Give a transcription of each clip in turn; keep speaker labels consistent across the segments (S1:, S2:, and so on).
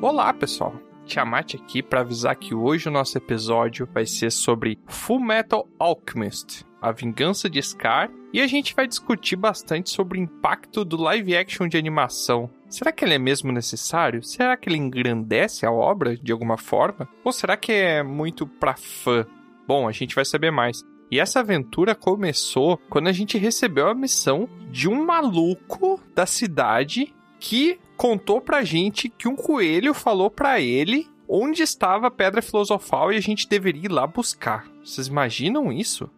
S1: Olá, pessoal. Tiamat aqui para avisar que hoje o nosso episódio vai ser sobre Full Metal Alchemist, a vingança de Scar, e a gente vai discutir bastante sobre o impacto do live action de animação. Será que ele é mesmo necessário? Será que ele engrandece a obra de alguma forma? Ou será que é muito para fã? Bom, a gente vai saber mais. E essa aventura começou quando a gente recebeu a missão de um maluco da cidade que contou pra gente que um coelho falou pra ele onde estava a pedra filosofal e a gente deveria ir lá buscar. Vocês imaginam isso?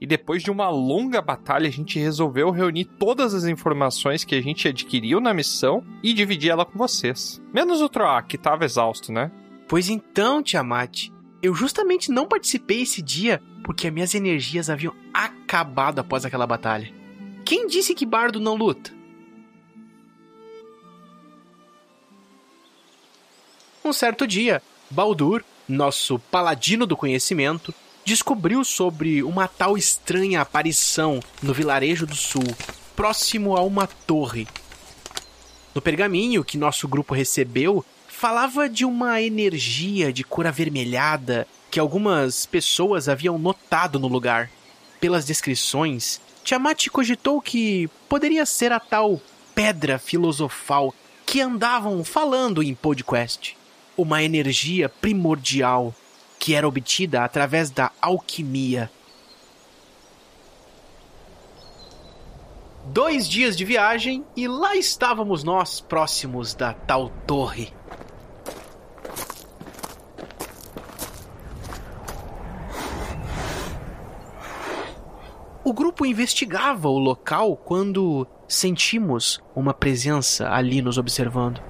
S1: E depois de uma longa batalha, a gente resolveu reunir todas as informações que a gente adquiriu na missão e dividir ela com vocês. Menos o Troá, que estava exausto, né?
S2: Pois então, Tiamat, eu justamente não participei esse dia porque as minhas energias haviam acabado após aquela batalha. Quem disse que bardo não luta? Um certo dia, Baldur, nosso paladino do conhecimento, descobriu sobre uma tal estranha aparição no vilarejo do sul, próximo a uma torre. No pergaminho que nosso grupo recebeu, falava de uma energia de cor avermelhada que algumas pessoas haviam notado no lugar. Pelas descrições, Tiamat cogitou que poderia ser a tal pedra filosofal que andavam falando em podcast. Uma energia primordial que era obtida através da alquimia. Dois dias de viagem e lá estávamos nós próximos da tal torre. O grupo investigava o local quando sentimos uma presença ali nos observando.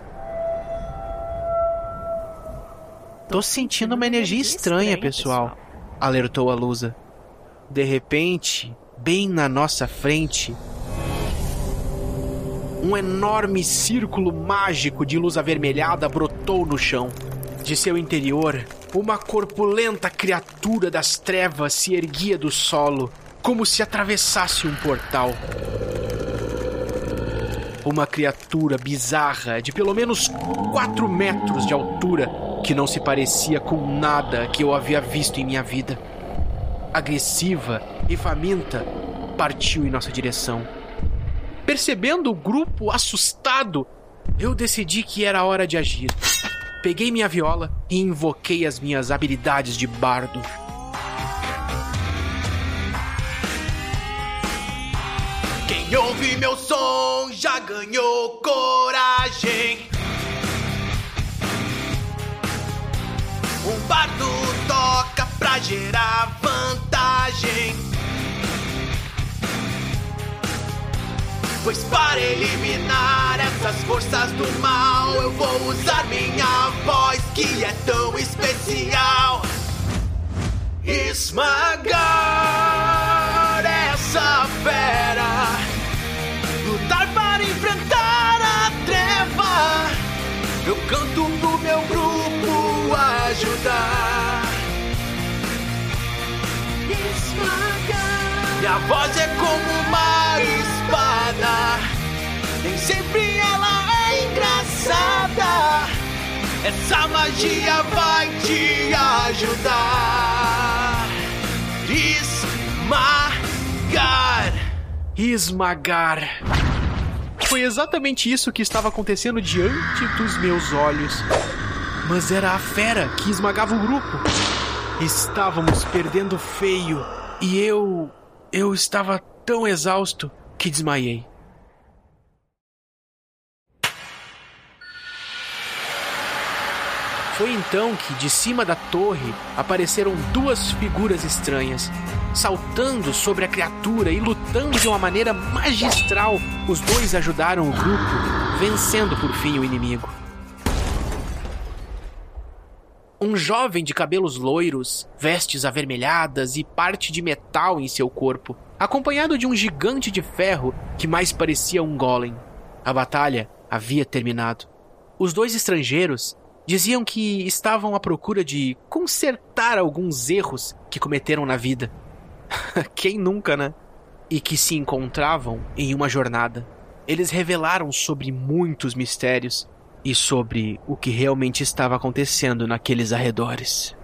S2: Tô sentindo uma energia estranha, pessoal, alertou a Lusa. De repente, bem na nossa frente, um enorme círculo mágico de luz avermelhada brotou no chão. De seu interior, uma corpulenta criatura das trevas se erguia do solo, como se atravessasse um portal. Uma criatura bizarra de pelo menos 4 metros de altura que não se parecia com nada que eu havia visto em minha vida. Agressiva e faminta, partiu em nossa direção. Percebendo o grupo assustado, eu decidi que era hora de agir. Peguei minha viola e invoquei as minhas habilidades de bardo.
S3: Quem ouve meu som já ganhou coragem. Um bardo toca pra gerar vantagem. Pois para eliminar essas forças do mal, eu vou usar minha voz que é tão especial. Esmagar essa fera, lutar para enfrentar a treva. Eu canto pro meu grupo ajudar. Esmagar. Minha voz é como uma espada. Nem sempre ela é engraçada. Essa magia vai te ajudar. Esmagar.
S2: Esmagar. Foi exatamente isso que estava acontecendo diante dos meus olhos. Mas era a fera que esmagava o grupo. Estávamos perdendo feio e eu. eu estava tão exausto que desmaiei. Foi então que, de cima da torre, apareceram duas figuras estranhas, saltando sobre a criatura e lutando de uma maneira magistral. Os dois ajudaram o grupo, vencendo por fim o inimigo. Um jovem de cabelos loiros, vestes avermelhadas e parte de metal em seu corpo, acompanhado de um gigante de ferro que mais parecia um golem. A batalha havia terminado. Os dois estrangeiros diziam que estavam à procura de consertar alguns erros que cometeram na vida. Quem nunca, né? E que se encontravam em uma jornada. Eles revelaram sobre muitos mistérios, e sobre o que realmente estava acontecendo naqueles arredores.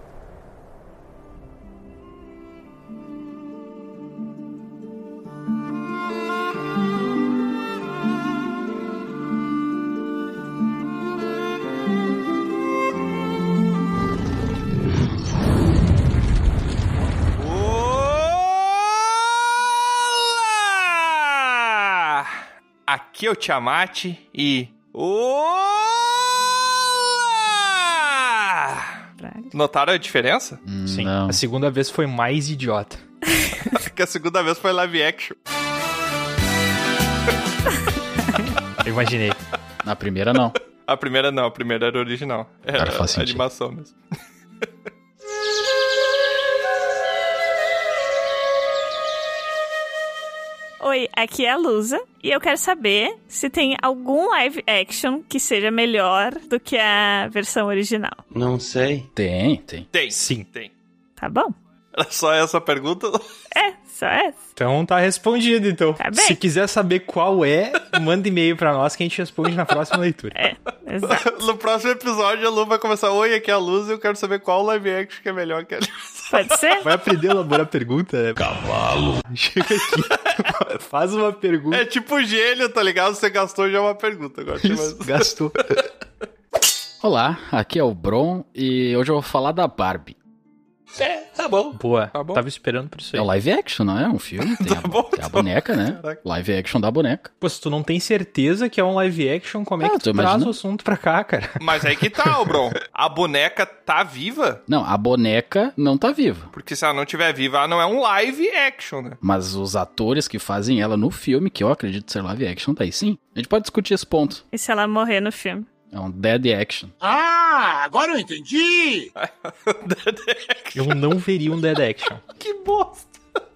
S1: Olá! Aqui é o Tiamat e. Olá!
S4: Caralho.
S1: Notaram a diferença?
S5: Sim.
S6: Hum, Não.
S5: A segunda vez foi mais idiota.
S1: Porque a segunda vez foi live action.
S5: Eu imaginei.
S6: Na primeira, não.
S1: A primeira não, a primeira era original. Era
S6: Cara, faz sentido.
S1: animação mesmo.
S4: Oi, aqui é a Lusa e eu quero saber se tem algum live action que seja melhor do que a versão original,
S7: Não sei.
S6: Tem, tem.
S1: Tem.
S5: Sim.
S1: Tem.
S4: tá bom?
S1: Era só essa pergunta?
S4: É, só essa.
S5: Então tá respondido, então.
S4: Tá bem.
S5: Se quiser saber qual é, manda e-mail pra nós que a gente responde na próxima leitura.
S4: Exato.
S1: No próximo episódio, a Lu vai começar. Oi, aqui é a Luz e eu quero saber qual live action que é melhor que a
S4: Pode ser?
S5: Vai aprender a elaborar a pergunta, né? Cavalo. Chega aqui, faz uma pergunta.
S1: É tipo gênio, tá ligado? Você gastou já uma pergunta agora. tem mais-
S5: Gastou.
S6: Olá, aqui é o Bron e hoje eu vou falar da Barbie.
S7: Tá bom.
S5: É. Boa.
S1: Tá bom.
S5: Tava esperando por isso
S6: É
S5: aí.
S6: um live action, não é? Um filme. Tem,
S1: Tá
S6: a,
S1: bom,
S6: tem a
S1: tá bom.
S6: boneca, né?
S1: Caraca.
S6: Live action da boneca.
S5: Pô, se tu não tem certeza que é um live action, como é
S6: Ah,
S5: que
S6: eu
S5: tu
S6: tô
S5: traz
S6: imaginando.
S5: o assunto pra cá, cara?
S1: Mas aí que tá, ô Bron. A boneca tá viva?
S6: Não, a boneca não tá viva.
S1: Porque se ela não tiver viva, ela não é um live action, né?
S6: Mas os atores que fazem ela no filme, que eu acredito ser live action, tá aí sim. A gente pode discutir esse ponto.
S4: E se ela morrer no filme?
S6: É um dead action.
S7: Ah, agora eu entendi.
S5: Eu não veria um dead action.
S1: Que bosta.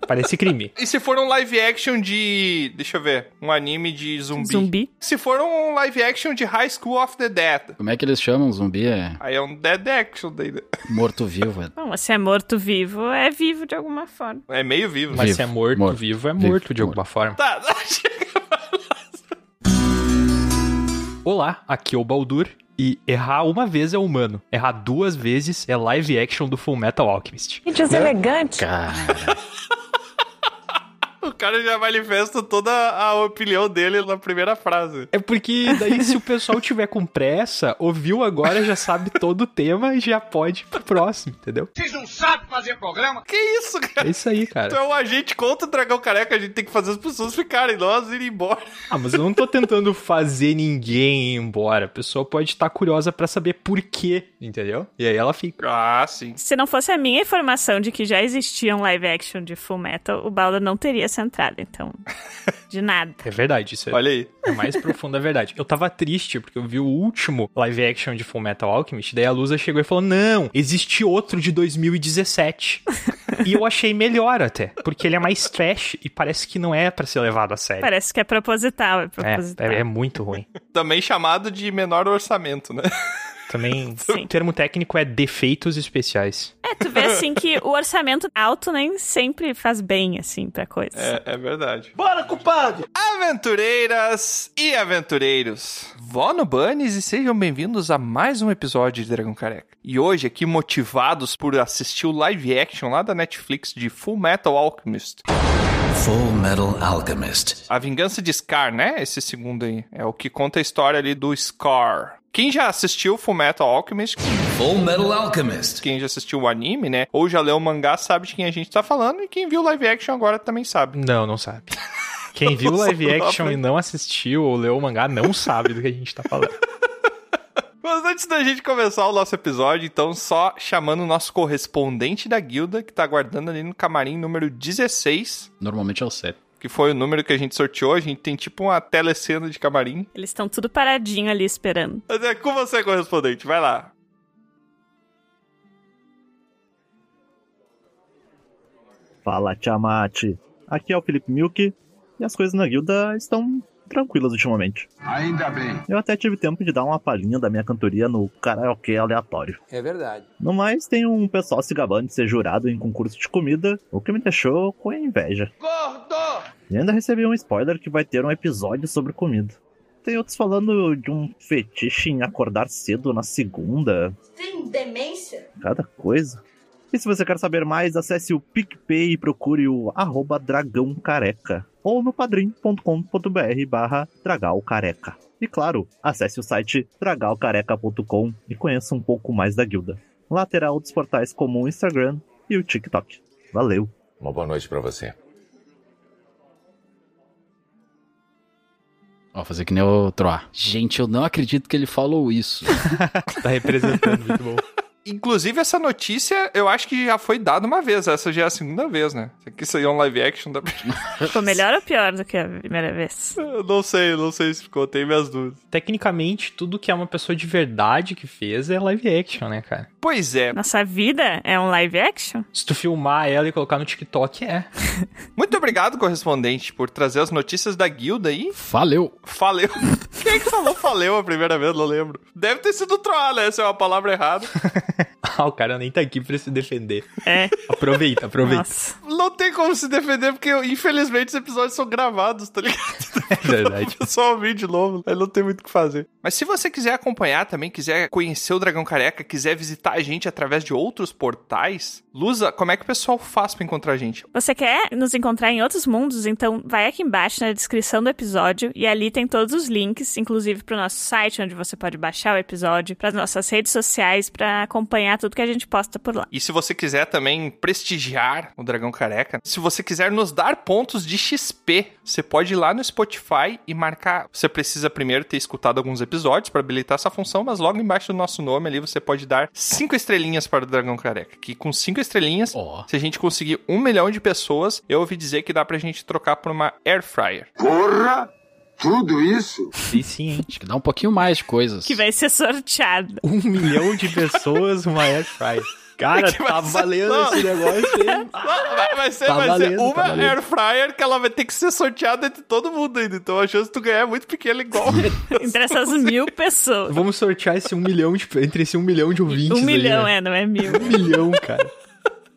S5: Parece crime.
S1: E se for um live action de. Deixa eu ver. Um anime de zumbi.
S4: Zumbi?
S1: Se for um live action de High School of the Dead.
S6: Como é que eles chamam? Zumbi é
S1: Aí é um dead action daí. né?
S6: morto-vivo. é-
S4: Bom, se é morto vivo, é vivo de alguma forma.
S1: É meio vivo.
S5: Mas
S6: Vivo,
S5: se é morto,
S6: morto,
S5: vivo, é
S6: vivo,
S5: morto de alguma forma.
S1: Tá, chega.
S5: Olá, aqui é o Baldur. E errar uma vez é humano, errar duas vezes é live action do Full Metal Alchemist.
S8: Que deselegante.
S6: Cara,
S1: O cara já manifesta toda a opinião dele na primeira frase.
S5: É porque daí se o pessoal tiver com pressa, ouviu agora, já sabe todo o tema e já pode ir pro próximo, entendeu?
S3: Vocês não sabem fazer programa?
S1: Que isso, cara?
S5: É isso aí,
S1: Tu
S5: cara.
S1: é um agente contra o Dragão Careca, a gente tem que fazer as pessoas ficarem nós e ir embora.
S5: Ah, mas eu não tô tentando fazer ninguém ir embora. A pessoa pode estar curiosa pra saber por quê, entendeu? E aí ela fica.
S1: Ah, sim.
S4: Se não fosse a minha informação de que já existia um live action de Full Metal, o Balda não teria essa entrada, então. De nada.
S5: É verdade, isso é
S1: Olha aí.
S5: É mais profunda a verdade. Eu tava triste porque eu vi o último live action de Full Metal Alchemist, daí a Lusa chegou e falou: "Não, existe outro de 2017". e eu achei melhor até, porque ele é mais trash e parece que não é pra ser levado a sério.
S4: Parece que é proposital, é
S5: É,
S4: proposital.
S5: é, é muito ruim.
S1: Também chamado de menor orçamento, né?
S5: Também,
S4: Sim.
S5: o termo técnico é defeitos especiais.
S4: É, tu vê assim que o orçamento alto nem sempre faz bem, assim, pra coisa.
S1: É, é verdade.
S7: Bora, culpado.
S1: Aventureiras e aventureiros, vó no Bunnies e sejam bem-vindos a mais um episódio de Dragão Careca. E hoje aqui motivados por assistir o live action lá da Netflix de Full Metal Alchemist.
S9: Full Metal Alchemist.
S1: A Vingança de Scar, né? Esse segundo aí. É o que conta a história ali do Scar. Quem já assistiu Full Metal Alchemist,
S9: Full Metal Alchemist.
S1: quem já assistiu o anime, né? Ou já leu o mangá sabe de quem a gente tá falando. E quem viu o live action agora também sabe.
S5: Não, não sabe. Quem viu o live action e não assistiu ou leu o mangá não sabe do que a gente tá falando.
S1: Mas antes da gente começar o nosso episódio, então, só chamando o nosso correspondente da guilda, que tá aguardando ali no camarim número 16,
S6: normalmente é o set.
S1: que foi o número que a gente sorteou. A gente tem tipo uma telecena de camarim.
S4: Eles estão tudo paradinho ali esperando.
S1: Mas é com você, correspondente, vai lá.
S10: Fala, Tiamat. Aqui é o Felipe Milk e as coisas na guilda estão tranquilas ultimamente.
S3: Ainda bem.
S10: Eu até tive tempo de dar uma palhinha da minha cantoria no karaokê aleatório.
S7: É verdade.
S10: No mais, tem um pessoal se gabando de ser jurado em concurso de comida, o que me deixou com inveja.
S3: Gordo!
S10: E ainda recebi um spoiler que vai ter um episódio sobre comida. tem outros falando de um fetiche em acordar cedo na segunda.
S8: Tem demência?
S10: Cada coisa. E se você quer saber mais, acesse o PicPay e procure o arroba dragão careca. Ou no padrim.com.br barra dragalcareca. E claro, acesse o site dragalcareca.com e conheça um pouco mais da guilda. Lá terá outros portais como o Instagram e o TikTok. Valeu!
S11: Uma boa noite pra você.
S6: Ó, fazer que nem o Troá. Gente, eu não acredito que ele falou isso.
S5: Tá representando, muito bom.
S1: Inclusive, essa notícia eu acho que já foi dada uma vez. Essa já é a segunda vez, né? Isso aqui saiu um live action da.
S4: Ficou melhor ou pior do que a primeira vez?
S1: Eu não sei, não sei se ficou, tenho minhas dúvidas.
S5: Tecnicamente, tudo que é uma pessoa de verdade que fez é live action, né, cara?
S1: Pois é.
S4: Nossa vida é um live action?
S5: Se tu filmar ela e colocar no TikTok, é.
S1: Muito obrigado, correspondente, por trazer as notícias da guilda aí.
S6: Valeu!
S1: Faleu. Quem é que falou faleu a primeira vez? Não lembro. Deve ter sido troll, né? Essa é uma palavra errada.
S5: Ah, o cara nem tá aqui pra se defender.
S4: É.
S5: Aproveita, aproveita.
S4: Nossa.
S1: Não tem como se defender, porque infelizmente os episódios são gravados, tá ligado?
S5: É verdade.
S1: Eu só ouvi de novo, aí não tem muito o que fazer. Mas se você quiser acompanhar também, quiser conhecer o Dragão Careca, quiser visitar a gente através de outros portais, Lusa, como é que o pessoal faz pra encontrar a gente?
S4: Você quer nos encontrar em outros mundos? Então vai aqui embaixo na descrição do episódio e ali tem todos os links, inclusive pro nosso site onde você pode baixar o episódio, pras nossas redes sociais, pra acompanhar tudo que a gente posta por lá.
S1: E se você quiser também prestigiar o Dragão Careca, se você quiser nos dar pontos de XP, você pode ir lá no Spotify e marcar. Você precisa primeiro ter escutado alguns episódios para habilitar essa função, mas logo embaixo do nosso nome ali você pode dar cinco estrelinhas para o Dragão Careca. Que com cinco estrelinhas,
S6: Ó.
S1: se a gente conseguir um milhão de pessoas, eu ouvi dizer que dá pra gente trocar por uma air fryer.
S7: Porra! Tudo isso?
S5: E sim, hein?
S6: Acho que dá um pouquinho mais de coisas.
S4: Que vai ser sorteado.
S5: Um milhão de pessoas, uma air fryer. Cara,
S1: Que
S5: tá
S1: massa.
S5: valendo
S1: Não.
S5: esse negócio aí.
S1: Vai, vai ser,
S5: Tá
S1: vai ser
S5: valendo,
S1: uma
S5: tá valendo.
S1: air fryer que ela vai ter que ser sorteada entre todo mundo ainda. Então a chance de tu ganhar é muito pequena igual.
S4: Entre essas mil pessoas.
S5: Vamos sortear esse um milhão de, entre esse um milhão de ouvintes.
S4: Um
S5: aí,
S4: milhão,
S5: né?
S4: é, não é mil.
S5: Um milhão, cara.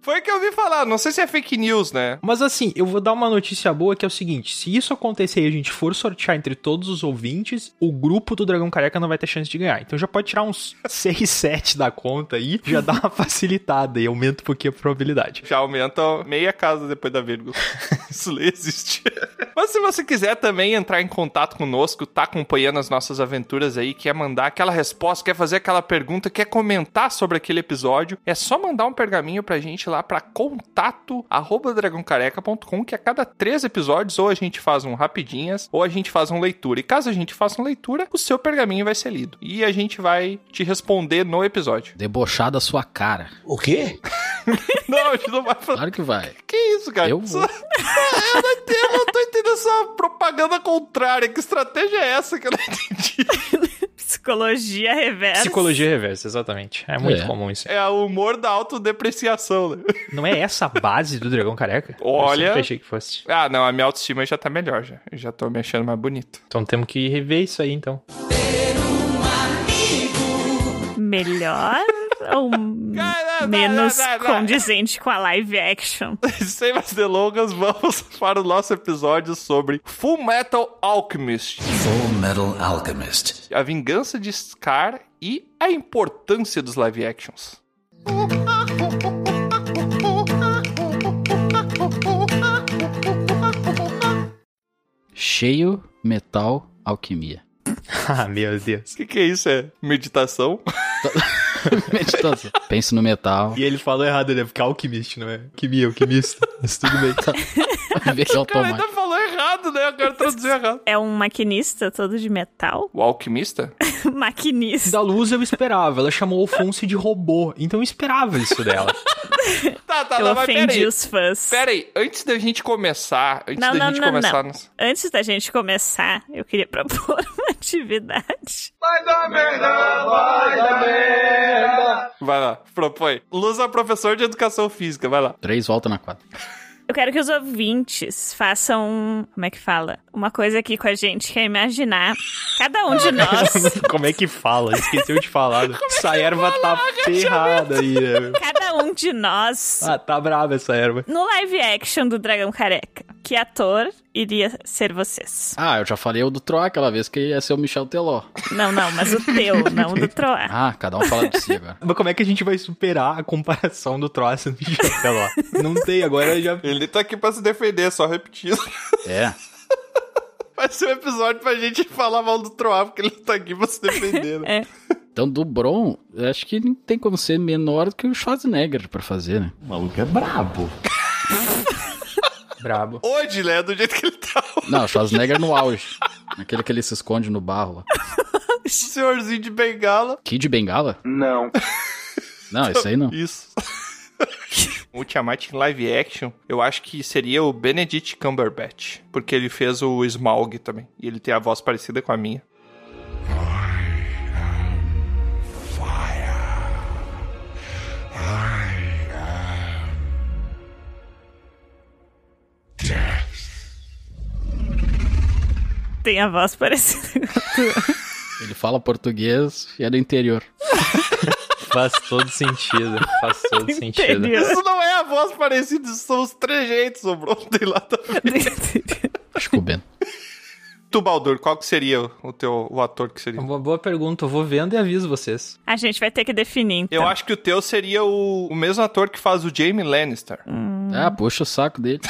S1: Foi o que eu ouvi falar. Não sei se é fake news, né?
S5: Mas assim, eu vou dar uma notícia boa que é o seguinte: se isso acontecer e a gente for sortear entre todos os ouvintes, o grupo do Dragão Careca não vai ter chance de ganhar. Então já pode tirar uns 6, 7 da conta aí, já dá uma facilitada e aumenta um pouquinho a probabilidade.
S1: Já aumenta meia casa depois da vírgula. Isso nem existe. Mas se você quiser também entrar em contato conosco, tá acompanhando as nossas aventuras aí, quer mandar aquela resposta, quer fazer aquela pergunta, quer comentar sobre aquele episódio, é só mandar um pergaminho pra gente lá pra contato arroba dragãocareca.com que a cada três episódios ou a gente faz um rapidinhas ou a gente faz um leitura. E caso a gente faça uma leitura, o seu pergaminho vai ser lido. E a gente vai te responder no episódio.
S6: Debochar da sua cara.
S7: O quê?
S1: Não, a gente não vai fazer.
S6: Claro que vai.
S1: Que isso, cara? Ah,
S6: Eu vou.
S1: Eu não, entendo, eu não tô entendendo essa propaganda contrária. Que estratégia é essa que eu não entendi?
S4: Psicologia reversa.
S5: Psicologia reversa, exatamente. É muito
S6: É.
S5: comum isso.
S1: É o humor da autodepreciação, né?
S5: Não é essa a base do Dragão Careca?
S1: Olha.
S5: Eu sempre achei que fosse.
S1: Ah, não, a minha autoestima já tá melhor já. Eu já tô me achando mais bonito.
S5: Então temos que rever isso aí, então.
S4: Melhor ou
S1: tá,
S4: menos condizente com a live action?
S1: Sem mais delongas, vamos para o nosso episódio sobre Full Metal Alchemist.
S9: Full Metal Alchemist.
S1: A vingança de Scar e a importância dos live actions.
S6: Cheio, metal, alquimia.
S5: ah, meu Deus.
S1: O que, que é isso? É meditação?
S6: Meditação. Pense no metal.
S5: E ele falou errado, né? Porque é alquimista, não é? Alquimia, alquimista. Mas tudo bem.
S6: Veja
S1: Cara, então- ainda
S6: automático.
S1: falou tá errado, né? O cara traduziu errado.
S4: É um maquinista todo de metal?
S1: O alquimista?
S4: maquinista.
S5: Da luz eu esperava. Ela chamou o Fonse de robô. Então eu esperava isso dela.
S1: Tá, tá,
S4: Eu
S1: não, mas
S4: ofendi
S1: peraí.
S4: os fãs.
S1: Pera aí, antes da gente começar, antes
S4: Não,
S1: da
S4: não,
S1: gente
S4: não,
S1: começar,
S4: não.
S1: nossa-
S4: Antes da gente começar, eu queria propor uma atividade.
S1: vai lá, propõe. Lusa é professor de educação física, vai lá.
S6: Três voltas na quadra.
S4: Eu quero que os ouvintes façam, como é que fala? Uma coisa aqui com a gente, que é imaginar cada um de
S1: Ah,
S4: nós,
S5: é Como é que fala? Esqueceu de falar. né? Essa erva tá ferrada aí, né? meu?
S4: cada um de nós
S5: Ah, tá brava essa erva.
S4: no live action do Dragão Careca. que ator iria ser vocês?
S6: Ah, eu já falei o do Troá aquela vez que ia ser o Michel Teló.
S4: Não, não, mas o teu, não o do Troá.
S6: Ah, cada um fala de si agora.
S5: Mas como é que a gente vai superar a comparação do troço do Michel Teló? Não tem, agora já...
S1: Ele tá aqui pra se defender, só repetindo.
S6: É.
S1: Vai ser um episódio pra gente falar mal do Troá, porque ele tá aqui pra se defender. né?
S6: Então, do Bron, eu acho que não tem como ser menor do que o Schwarzenegger pra fazer, né?
S10: O maluco é brabo.
S5: Brabo.
S1: Hoje, né? Do jeito que ele tá.
S6: Não, o Schwarzenegger no auge. Aquele que ele se esconde no barro lá.
S1: O senhorzinho de bengala.
S6: Kid Bengala?
S7: Não.
S6: Não, isso aí não.
S1: Isso. o Tiamat em live action, eu acho que seria o Benedict Cumberbatch. Porque ele fez o Smaug também. E ele tem a voz parecida com a minha.
S4: Tem a voz parecida.
S6: Ele fala português e é do interior.
S5: Faz todo sentido. Faz todo sentido.
S4: Entendeu?
S1: Isso não é a voz parecida, isso são os trejeitos, o Bruno tem lá também.
S6: Acho que o Ben.
S1: Tu, Baldur, qual que seria o o teu o ator que seria?
S5: É Uma boa pergunta, eu vou vendo e aviso vocês.
S4: A gente vai ter que definir, então.
S1: Eu acho que o teu seria o, o mesmo ator que faz o Jamie Lannister.
S6: Ah, puxa o saco dele.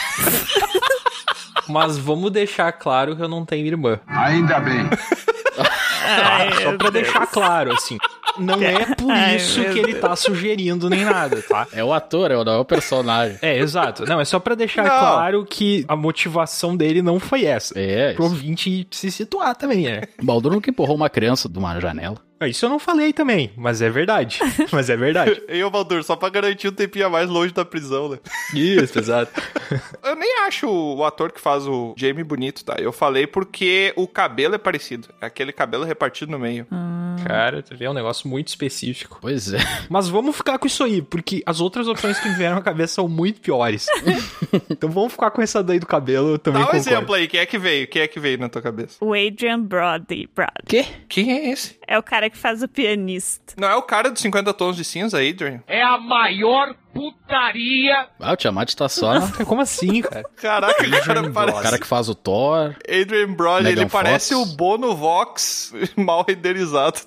S5: Mas vamos deixar claro que eu não tenho irmã. É,
S7: Ainda bem.
S4: Ai,
S5: Ah, Só pra deixar claro, assim. Não é por
S4: Ai,
S5: isso
S4: meu
S5: que ele tá sugerindo nem nada, tá?
S6: É o ator, é o, não é o personagem.
S5: É, exato. Não, é só pra deixar
S1: Não.
S5: claro que a motivação dele não foi essa.
S6: É,
S5: Pro
S6: isso.
S5: ouvinte se situar também, né?
S6: Baldur nunca empurrou uma criança de uma janela.
S5: Ah, Isso eu não falei também, mas é verdade. Mas é verdade.
S1: Eu, Baldur, só pra garantir um tempinho a mais longe da prisão, né?
S5: Isso, exato.
S1: Eu nem acho o ator que faz o Jamie bonito, tá? Eu falei porque o cabelo é parecido. É aquele cabelo repartido no meio.
S5: Cara, tu vê, é um negócio muito específico.
S6: Pois é.
S5: Mas vamos ficar com isso aí, porque as outras opções que me vieram à cabeça são muito piores. Então vamos ficar com essa daí do cabelo, eu
S1: Dá
S5: também
S1: um
S5: concordo.
S1: exemplo aí, quem é que veio? Quem é que veio na tua cabeça?
S4: O Adrian Brody, Brody.
S6: Quê?
S1: Quem é esse?
S4: É o cara que faz o pianista.
S1: Não é o cara dos 50 tons de cinza, Adrian?
S6: Ah, o Tiamat tá só. né?
S5: Como assim, cara?
S1: Caraca, ele cara
S5: Brody.
S6: O
S1: parece...
S6: cara que faz o Thor.
S1: Adrian Brody,
S6: Megan
S1: ele parece
S6: Fox.
S1: o Bono Vox mal renderizado.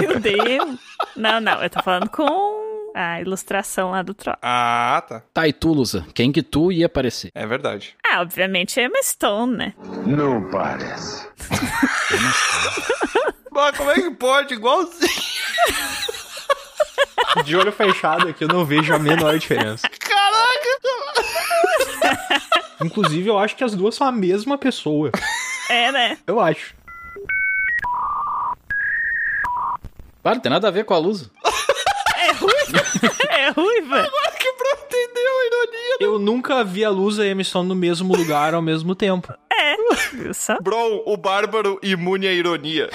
S4: Meu Deus. Não, não, eu tô falando com a ilustração lá do Troll.
S1: ah, tá.
S6: Tá, e tu, Lusa? Quem que tu ia aparecer?
S1: É verdade.
S4: Ah, obviamente é Emma Stone, né?
S7: Não parece.
S1: Mas como é que pode? Igualzinho.
S5: De olho fechado aqui eu não vejo a menor diferença.
S1: Caraca!
S5: Inclusive, eu acho que as duas são a mesma pessoa.
S4: É, né?
S5: Eu acho.
S6: Claro, não tem nada a ver com a Lusa.
S4: É ruiva. É ruiva.
S1: Que pra entendeu a ironia.
S5: Eu nunca vi a Luz e a Emerson no mesmo lugar ao mesmo tempo.
S4: Viu só?
S1: Bro, o bárbaro imune à ironia.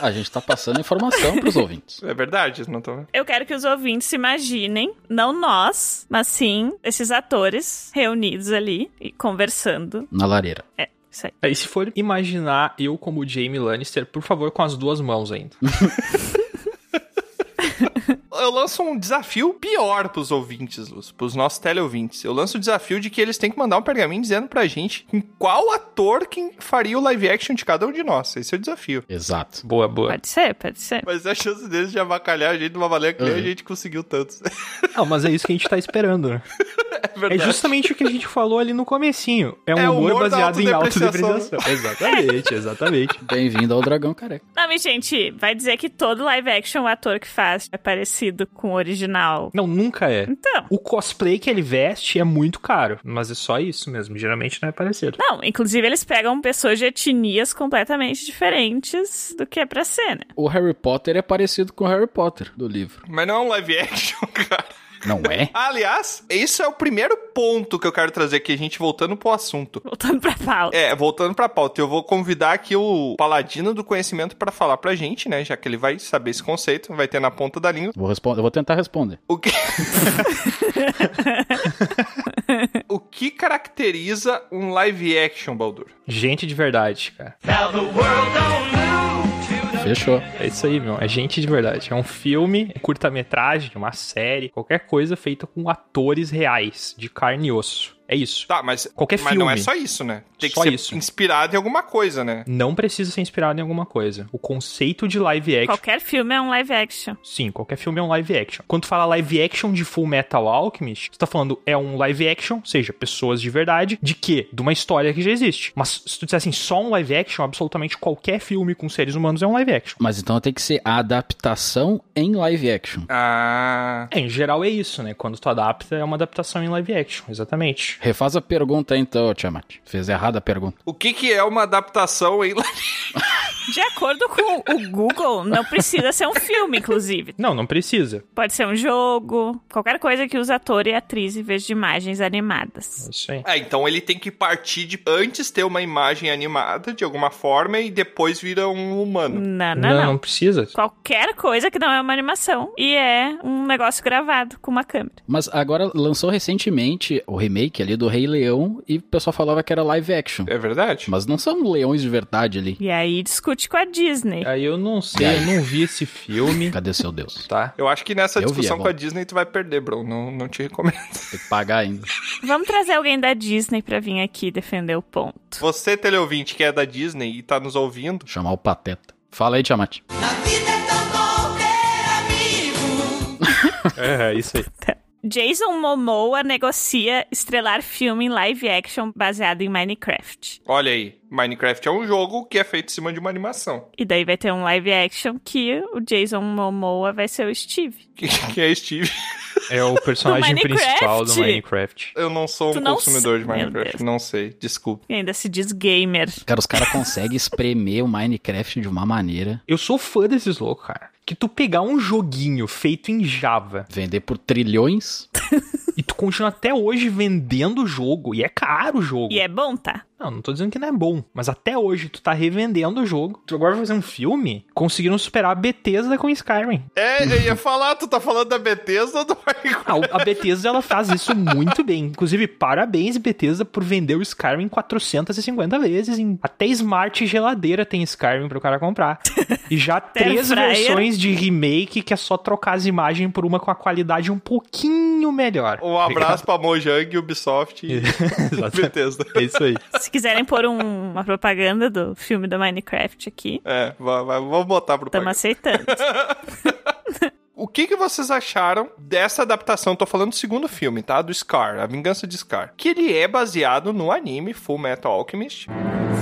S6: A gente tá passando informação pros ouvintes.
S1: É verdade, não tô vendo.
S4: Eu quero que os ouvintes se imaginem, não nós, mas sim esses atores reunidos ali e conversando.
S6: Na lareira.
S4: É, isso aí.
S5: Aí, se for imaginar eu como Jamie Lannister, por favor, com as duas mãos ainda.
S1: Eu lanço um desafio pior pros ouvintes, Luz, pros nossos teleouvintes. Eu lanço o desafio de que eles têm que mandar um pergaminho dizendo pra gente em qual ator que faria o live action de cada um de nós. Esse é o desafio.
S6: Exato.
S5: Boa, boa.
S4: Pode ser, pode ser.
S1: Mas a chance deles de avacalhar a gente de uma maneira que nem a
S6: Uhum.
S1: gente conseguiu tantos.
S5: Não, mas é isso que a gente tá esperando, né?
S1: É
S5: É
S1: verdade.
S5: justamente o que a gente falou ali no comecinho. É um
S1: É o
S5: humor,
S1: humor da
S5: baseado em
S1: autodepreciação.
S5: autodepreciação. exatamente, exatamente.
S6: Bem-vindo ao Dragão Careca.
S4: Não, mas, gente, vai dizer que todo live action o ator que faz é parecido com o original.
S5: Não, nunca é.
S4: Então.
S5: O cosplay que ele veste é muito caro, mas é só isso mesmo. Geralmente não é parecido.
S4: Não, inclusive eles pegam pessoas de etnias completamente diferentes do que é pra ser, né?
S6: O Harry Potter é parecido com o Harry Potter do livro.
S1: Mas não é um live action, cara.
S6: Não é?
S1: Aliás, esse é o primeiro ponto que eu quero trazer aqui, a gente voltando pro assunto.
S4: Voltando pra pauta.
S1: É, voltando pra pauta, eu vou convidar aqui o Paladino do Conhecimento pra falar pra gente, né? Já que ele vai saber esse conceito, vai ter na ponta da língua.
S6: Vou responder. Eu vou tentar responder.
S1: O que.
S5: É.
S1: o que caracteriza um live action, Baldur?
S5: Gente de verdade, cara.
S6: Fechou.
S5: É isso aí, meu. É gente de verdade. É um filme, é curta-metragem, uma série, qualquer coisa feita com atores reais, de carne e osso. É isso.
S1: Tá, mas,
S5: Qualquer
S1: mas
S5: filme.
S1: não é só isso, né? Tem que
S5: Só
S1: ser
S5: isso.
S1: inspirado em alguma coisa, né?
S5: Não precisa ser inspirado em alguma coisa. O conceito de live action.
S4: Qualquer filme é um live action.
S5: Sim, qualquer filme é um live action. Quando tu fala live action de Full Metal Alchemist, tu tá falando é um live action, ou seja, pessoas de verdade, de quê? De uma história que já existe. Mas se tu disser assim, só um live action, absolutamente qualquer filme com seres humanos é um live action.
S6: Mas então tem que ser a adaptação em live action.
S1: Ah.
S5: É, em geral é isso, né? Quando tu adapta, é uma adaptação em live action, exatamente.
S6: Refaz a pergunta então, Tiamat. Fez errada a pergunta.
S1: O que, que é uma adaptação em.
S4: De acordo com o Google, não precisa ser um filme, inclusive.
S5: Não, não precisa.
S4: Pode ser um jogo, qualquer coisa que use ator e atriz em vez de imagens animadas.
S5: É Isso aí.
S1: É, então ele tem que partir de antes ter uma imagem animada de alguma forma e depois vira um
S5: Hum.
S1: humano.
S4: Ah, Não, não, não.
S5: precisa.
S4: Qualquer coisa que não é uma animação e é um negócio gravado com uma câmera.
S6: Mas agora lançou recentemente o remake ali do Rei Leão e o pessoal falava que era live action.
S1: É verdade?
S6: Mas não são leões de verdade ali.
S4: E aí discute com a Disney.
S5: Aí eu não sei, eu não vi esse filme,
S6: Cadê seu Deus?
S5: tá?
S1: Eu acho que nessa
S6: Eu vi,
S1: discussão
S6: é bom.
S1: com a Disney tu vai perder, Bruno. Não, não te recomendo.
S6: Tem que pagar ainda.
S4: Vamos trazer alguém da Disney pra vir aqui defender o ponto.
S1: Você, teleouvinte, que é da Disney e tá nos ouvindo,
S6: Chamar o Pateta. Fala aí, Tiamat.
S3: A vida é tão bom ter amigo.
S5: É, isso aí.
S4: Jason Momoa negocia estrelar filme em live action baseado em Minecraft.
S1: olha aí. Minecraft é um jogo que é feito em cima de uma animação.
S4: E daí vai ter um live action que o Jason Momoa vai ser o Steve.
S1: Que, que é Steve.
S5: É o personagem
S4: Do Minecraft.
S5: principal do Minecraft.
S1: Eu não sou
S4: Tu
S1: um
S4: não
S1: consumidor de
S4: sabe, meu
S1: Minecraft.
S4: Deus.
S1: Não sei. Desculpa.
S4: E ainda se diz gamer.
S6: Cara, os caras conseguem espremer o Minecraft de uma maneira,
S5: Eu sou fã desses loucos, cara. Que tu pegar um joguinho feito em Java
S6: vender por trilhões.
S5: e tu continua até hoje vendendo o jogo, e é caro o jogo.
S4: E é bom, tá?
S5: Não, não tô dizendo que não é bom, mas até hoje tu tá revendendo o jogo. Tu agora vai fazer um filme? Conseguiram superar a Bethesda com Skyrim.
S1: É, eu ia falar, tu tá falando da Bethesda ou do Minecraft?
S5: Ah, o- a Bethesda ela faz isso muito bem. Inclusive, parabéns Bethesda por vender o Skyrim 450 vezes. em- Até smart geladeira tem Skyrim pro cara comprar. E já três
S4: fryer.
S5: versões de remake que é só trocar as imagens por uma com a qualidade um pouquinho melhor.
S1: Um abraço pra Mojang, Ubisoft e
S5: Exatamente.
S1: Bethesda.
S5: É isso aí.
S4: Se quiserem pôr um- uma propaganda do filme do Minecraft aqui,
S1: É, vai- vai- vamos botar pro
S4: estamos aceitando.
S1: O que, que vocês acharam dessa adaptação? Tô falando do segundo filme, tá? Do Scar, A Vingança de Scar. Que ele é baseado no anime Full Metal Alchemist,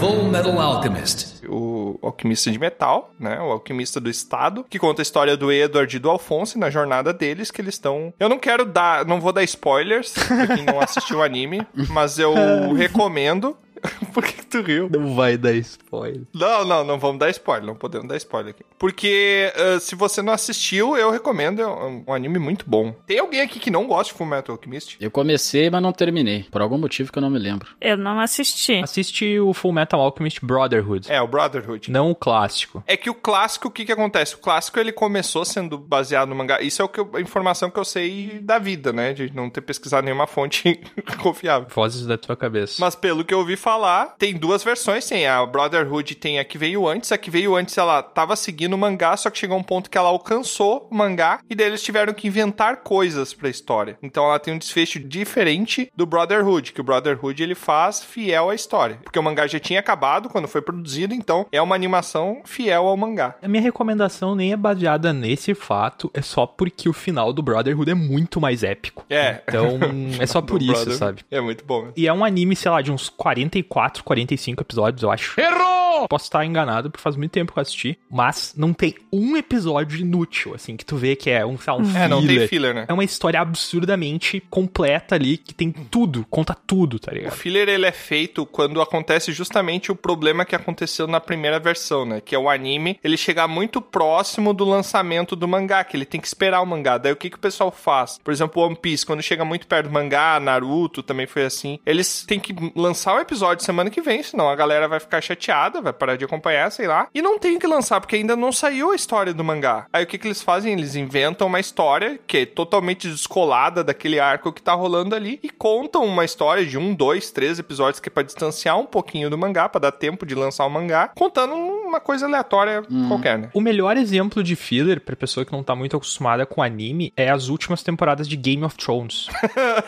S9: Full Metal Alchemist.
S1: o alquimista de metal, né? O alquimista do estado, que conta a história do Edward e do Alphonse na jornada deles, que eles estão... Eu não quero dar... Não vou dar spoilers pra quem não assistiu o anime, mas eu recomendo... Por que, que tu riu?
S5: Não vai dar spoiler.
S1: Não, não, não vamos dar spoiler, não podemos dar spoiler aqui. Porque ah, se você não assistiu, eu recomendo, é um, um anime muito bom. Tem alguém aqui que não gosta de Fullmetal Alchemist?
S6: Eu comecei, mas não terminei. Por algum motivo que eu não me lembro.
S4: Eu não
S5: Assim
S4: assisti.
S5: Assiste o Full Metal Alchemist Brotherhood.
S1: É, o Brotherhood.
S5: Não o clássico.
S1: É que o clássico, o que que acontece? O clássico, ele começou sendo baseado no mangá. Isso é o que eu- a informação que eu sei da vida, né? De não ter pesquisado nenhuma fonte confiável.
S5: Vozes da tua cabeça.
S1: Mas pelo que eu ouvi falar, tem duas versões. Tem a Brotherhood, tem a que veio antes. A que veio antes, ela tava seguindo o mangá, só que chegou um ponto que ela alcançou o mangá e daí eles tiveram que inventar coisas pra história. Então ela tem um desfecho diferente do Brotherhood, que o Brotherhood ele faz fiel à história. Porque o mangá já tinha acabado quando foi produzido, então é uma animação fiel ao mangá.
S5: A minha recomendação nem é baseada nesse fato, é só porque o final do Brotherhood é muito mais épico.
S1: É.
S5: Então, é só por
S1: Do
S5: isso,
S1: Brotherhood.
S5: sabe?
S1: É muito bom.
S5: E é um anime, sei lá, de uns 44, 45 episódios, eu acho. Errou! Posso estar enganado, porque faz muito tempo que eu assisti. Mas não tem um episódio inútil, assim, que tu vê que é um, sei lá, um
S1: É, não tem
S5: filler.
S1: filler, né?
S5: É uma história absurdamente completa ali, que tem tudo, conta tudo, tá
S1: O
S5: ligado?
S1: filler ele é feito quando acontece justamente o problema que aconteceu na primeira versão, né? Que é o anime ele chegar muito próximo do lançamento do mangá, que ele tem que esperar o mangá. Daí o que, que o pessoal faz? Por exemplo, One Piece, quando chega muito perto do mangá, Naruto também foi assim. Eles têm que lançar o episódio semana que vem, senão a galera vai ficar chateada, vai parar de acompanhar, sei lá. E não tem o que lançar, porque ainda não saiu a história do mangá. Aí o que, que eles fazem? Eles inventam uma história que é totalmente descolada daquele arco que tá rolando ali e contam uma história de um, dois, três episódios que é pra distanciar um pouquinho do mangá, pra dar tempo de lançar o mangá, contando um- uma coisa aleatória qualquer, né?
S5: O melhor exemplo de filler pra pessoa que não tá muito acostumada com anime é as últimas temporadas de Game of Thrones.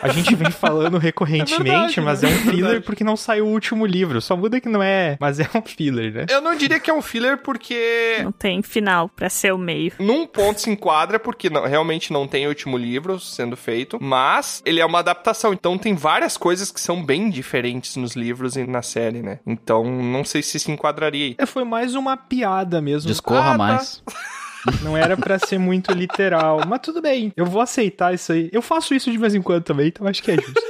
S5: A gente vem falando recorrentemente,
S1: É verdade,
S5: mas
S1: né?
S5: é um
S1: É
S5: filler
S1: verdade.
S5: porque não saiu o último livro. Só muda que não é, mas é um filler, né?
S1: Eu não diria que é um filler porque
S4: Não tem final pra ser o meio.
S1: num ponto se enquadra, porque não- realmente não tem último livro sendo feito, mas ele é uma adaptação, então tem várias coisas que são bem diferentes nos livros e na série, né? Então não sei se se enquadraria aí.
S5: É, Foi mais uma piada mesmo.
S1: Ah,
S6: Discorra
S1: tá.
S6: mais.
S5: Não era pra ser muito literal, mas tudo bem. Eu vou aceitar isso aí. Eu faço isso de vez em quando também, então acho que é justo.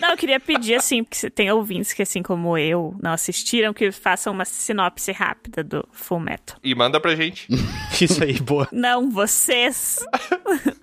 S4: Não, eu queria pedir, assim, porque se tem ouvintes que, assim como eu, não assistiram, que façam uma sinopse rápida do Fullmetal.
S1: E manda pra gente.
S5: Isso aí, boa.
S4: Não, vocês.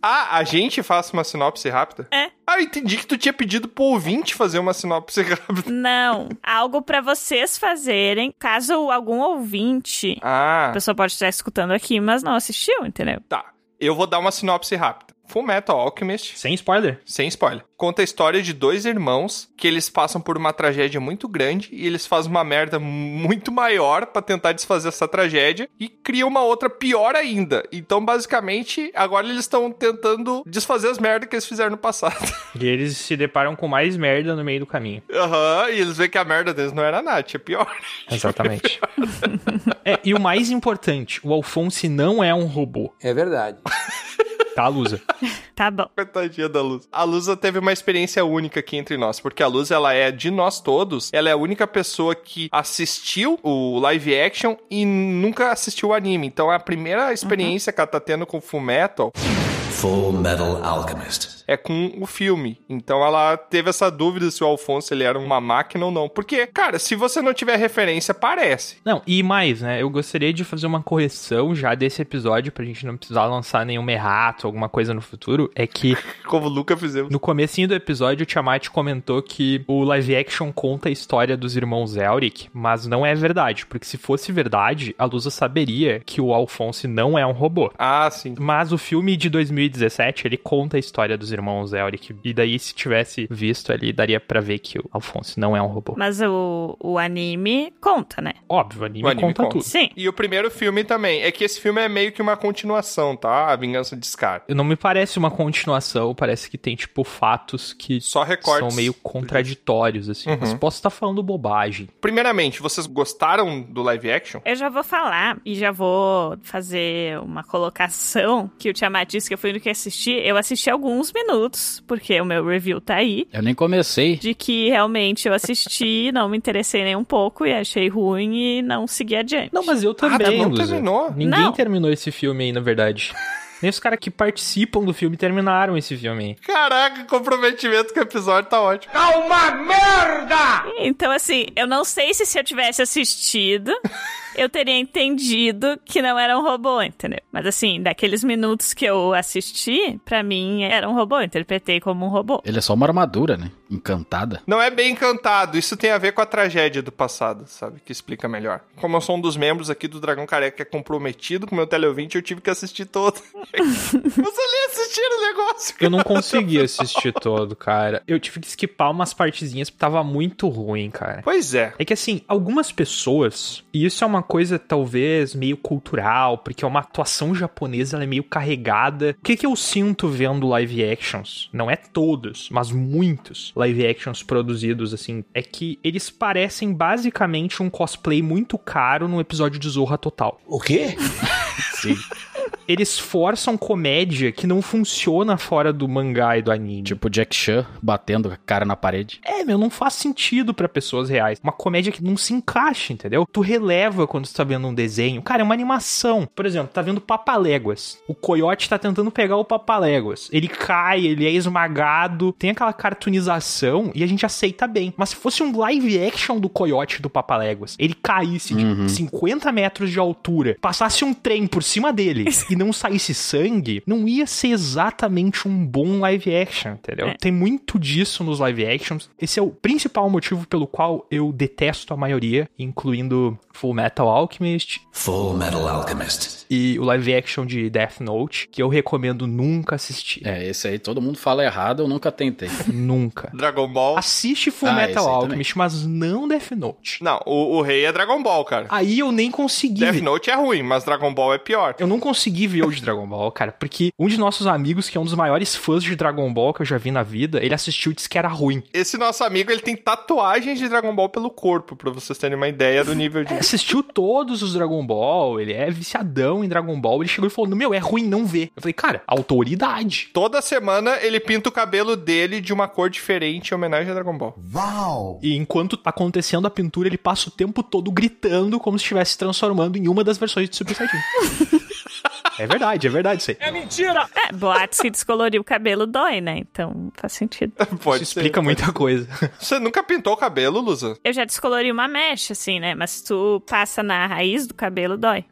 S1: ah, a gente faça uma sinopse rápida?
S4: É.
S1: Ah, eu entendi que tu tinha pedido pro ouvinte fazer uma sinopse rápida.
S4: Não. Algo pra vocês fazerem, caso algum ouvinte.
S1: Ah.
S4: A pessoa pode estar escutando aqui, mas não assistiu, entendeu?
S1: Tá, eu vou dar uma sinopse rápida. Full Metal Alchemist,
S5: Sem spoiler.
S1: sem spoiler, conta a história de dois irmãos que eles passam por uma tragédia muito grande e eles fazem uma merda muito maior pra tentar desfazer essa tragédia e criam uma outra pior ainda. Então, basicamente, agora eles estão tentando desfazer as merdas que eles fizeram no passado.
S5: E eles se deparam com mais merda no meio do caminho.
S1: Aham, e eles veem que a merda deles não era nada, tinha pior.
S5: Exatamente. é, e o mais importante, o Alphonse não é um robô,
S8: É verdade.
S5: tá, Lusa?
S4: Tá bom.
S1: Coitadinha da Luz. A Luz teve uma experiência única aqui entre nós, porque a Luz, ela é de nós todos, ela é a única pessoa que assistiu o live action e nunca assistiu o anime. Então, a primeira experiência que ela tá tendo com Full Metal
S9: Full Metal Alchemist.
S1: é com o filme. Então, ela teve essa dúvida se o Alfonso ele era uma máquina ou não. Porque, cara, se você não tiver referência, parece.
S5: Não, e mais, né? Eu gostaria de fazer uma correção já desse episódio, pra gente não precisar lançar nenhum errato, alguma coisa no futuro. É que
S1: Como o Luca fizemos.
S5: No comecinho do episódio, o Tiamat comentou que o live action conta a história dos irmãos Elric, mas não é verdade, porque se fosse verdade, a Lusa saberia que o Alphonse não é um robô.
S1: Ah, sim.
S5: Mas o filme de 2017, ele conta a história dos irmãos Elric, e daí se tivesse visto ali, daria pra ver que o Alphonse não é um robô.
S4: Mas o, o anime conta, né?
S5: Óbvio, o anime,
S1: O anime
S5: conta,
S1: conta.
S5: tudo.
S4: Sim.
S1: E o primeiro filme também. É que esse filme é meio que uma continuação, tá? A Vingança de Scar.
S5: Não me parece uma continuação, parece que tem, tipo, fatos que
S1: Só Uhum. recortes.
S5: são meio contraditórios, assim. Mas posso estar falando bobagem.
S1: Primeiramente, vocês gostaram do live action?
S4: Eu já vou falar e já vou fazer uma colocação que o Tiamat disse que eu fui no que assisti. Eu assisti alguns minutos, porque o meu review tá aí.
S6: Eu nem comecei.
S4: De que realmente eu assisti, não me interessei nem um pouco e achei ruim e não segui adiante.
S5: Não, mas eu
S1: Ah,
S5: também,
S1: não
S5: Lusa.
S1: terminou.
S5: Ninguém
S4: Não.
S5: terminou esse filme aí, na verdade. Nem os caras que participam do filme terminaram esse filme aí.
S1: Caraca, comprometimento com o episódio tá ótimo.
S4: Então, assim, eu não sei se se eu tivesse assistido, eu teria entendido que não era um robô, entendeu? Mas, assim, daqueles minutos que eu assisti, pra mim era um robô, eu interpretei como um robô.
S6: Ele é só uma armadura, né? Encantada.
S1: Não é bem encantado, isso tem a ver com a tragédia do passado, sabe? Que explica melhor. Como eu sou um dos membros aqui do Dragão Careca que é comprometido com o meu teleouvinte, eu tive que assistir todo. Vocês nem assistiram o negócio.
S5: Eu não consegui assistir todo, cara. Eu tive que skipar umas partezinhas porque tava muito ruim, cara.
S1: Pois é.
S5: É que assim, algumas pessoas, e isso é uma coisa talvez meio cultural, porque é uma atuação japonesa, ela é meio carregada. O que, que eu sinto vendo live actions? Não é todos, mas muitos live actions produzidos assim, é que eles parecem basicamente um cosplay muito caro num episódio de Zorra Total.
S8: O quê?
S5: Eles forçam comédia que não funciona fora do mangá e do anime.
S6: Tipo Jack Chan batendo a cara na parede.
S5: É, meu, não faz sentido pra pessoas reais. Uma comédia que não se encaixa, entendeu? Tu releva quando tu tá vendo um desenho. Cara, é uma animação. Por exemplo, tá vendo Papaléguas. O coiote tá tentando pegar o Papaléguas. Ele cai, ele é esmagado. Tem aquela cartoonização e a gente aceita bem. Mas se fosse um live action do coiote do Papaléguas, ele caísse de 50 metros de altura, passasse um trem por cima dele e não saísse sangue, não ia ser exatamente um bom live action, entendeu?
S4: É.
S5: Tem muito disso nos live actions. Esse é o principal motivo pelo qual eu detesto a maioria, incluindo Full Metal Alchemist.
S9: Full Metal Alchemist.
S5: e o live action de Death Note, que eu recomendo nunca assistir.
S6: É, esse aí todo mundo fala errado, eu nunca tentei.
S5: Nunca.
S1: Dragon Ball.
S5: Assiste Full
S6: Ah, esse aí
S5: Metal
S6: também.
S5: Alchemist, mas não Death Note.
S1: Não, o, o rei é Dragon Ball, cara.
S5: Aí eu nem consegui.
S1: Death
S5: ver.
S1: Note é ruim, mas Dragon Ball é pior.
S5: Eu não consegui ver o de Dragon Ball, cara, porque um de nossos amigos, que é um dos maiores fãs de Dragon Ball que eu já vi na vida, ele assistiu e disse que era ruim.
S1: Esse nosso amigo, ele tem tatuagens de Dragon Ball pelo corpo, pra vocês terem uma ideia do nível de...
S5: Ele assistiu todos os Dragon Ball, ele é viciadão em Dragon Ball, ele chegou e falou, meu, é ruim não ver. Eu falei, cara, autoridade.
S1: Toda semana ele pinta o cabelo dele de uma cor diferente em homenagem a Dragon Ball.
S9: Wow!
S5: E enquanto tá acontecendo a pintura, ele passa o tempo todo gritando como se estivesse se transformando em uma das versões de Super Saiyajin. é verdade, é verdade isso aí.
S4: É, boatos que descolorir o cabelo dói, né? Então faz sentido.
S1: Pode
S5: isso explica muita coisa.
S1: Você nunca pintou o cabelo, Lusa?
S4: Eu já descolori uma mecha, assim, né? Mas se tu passa na raiz do cabelo, dói.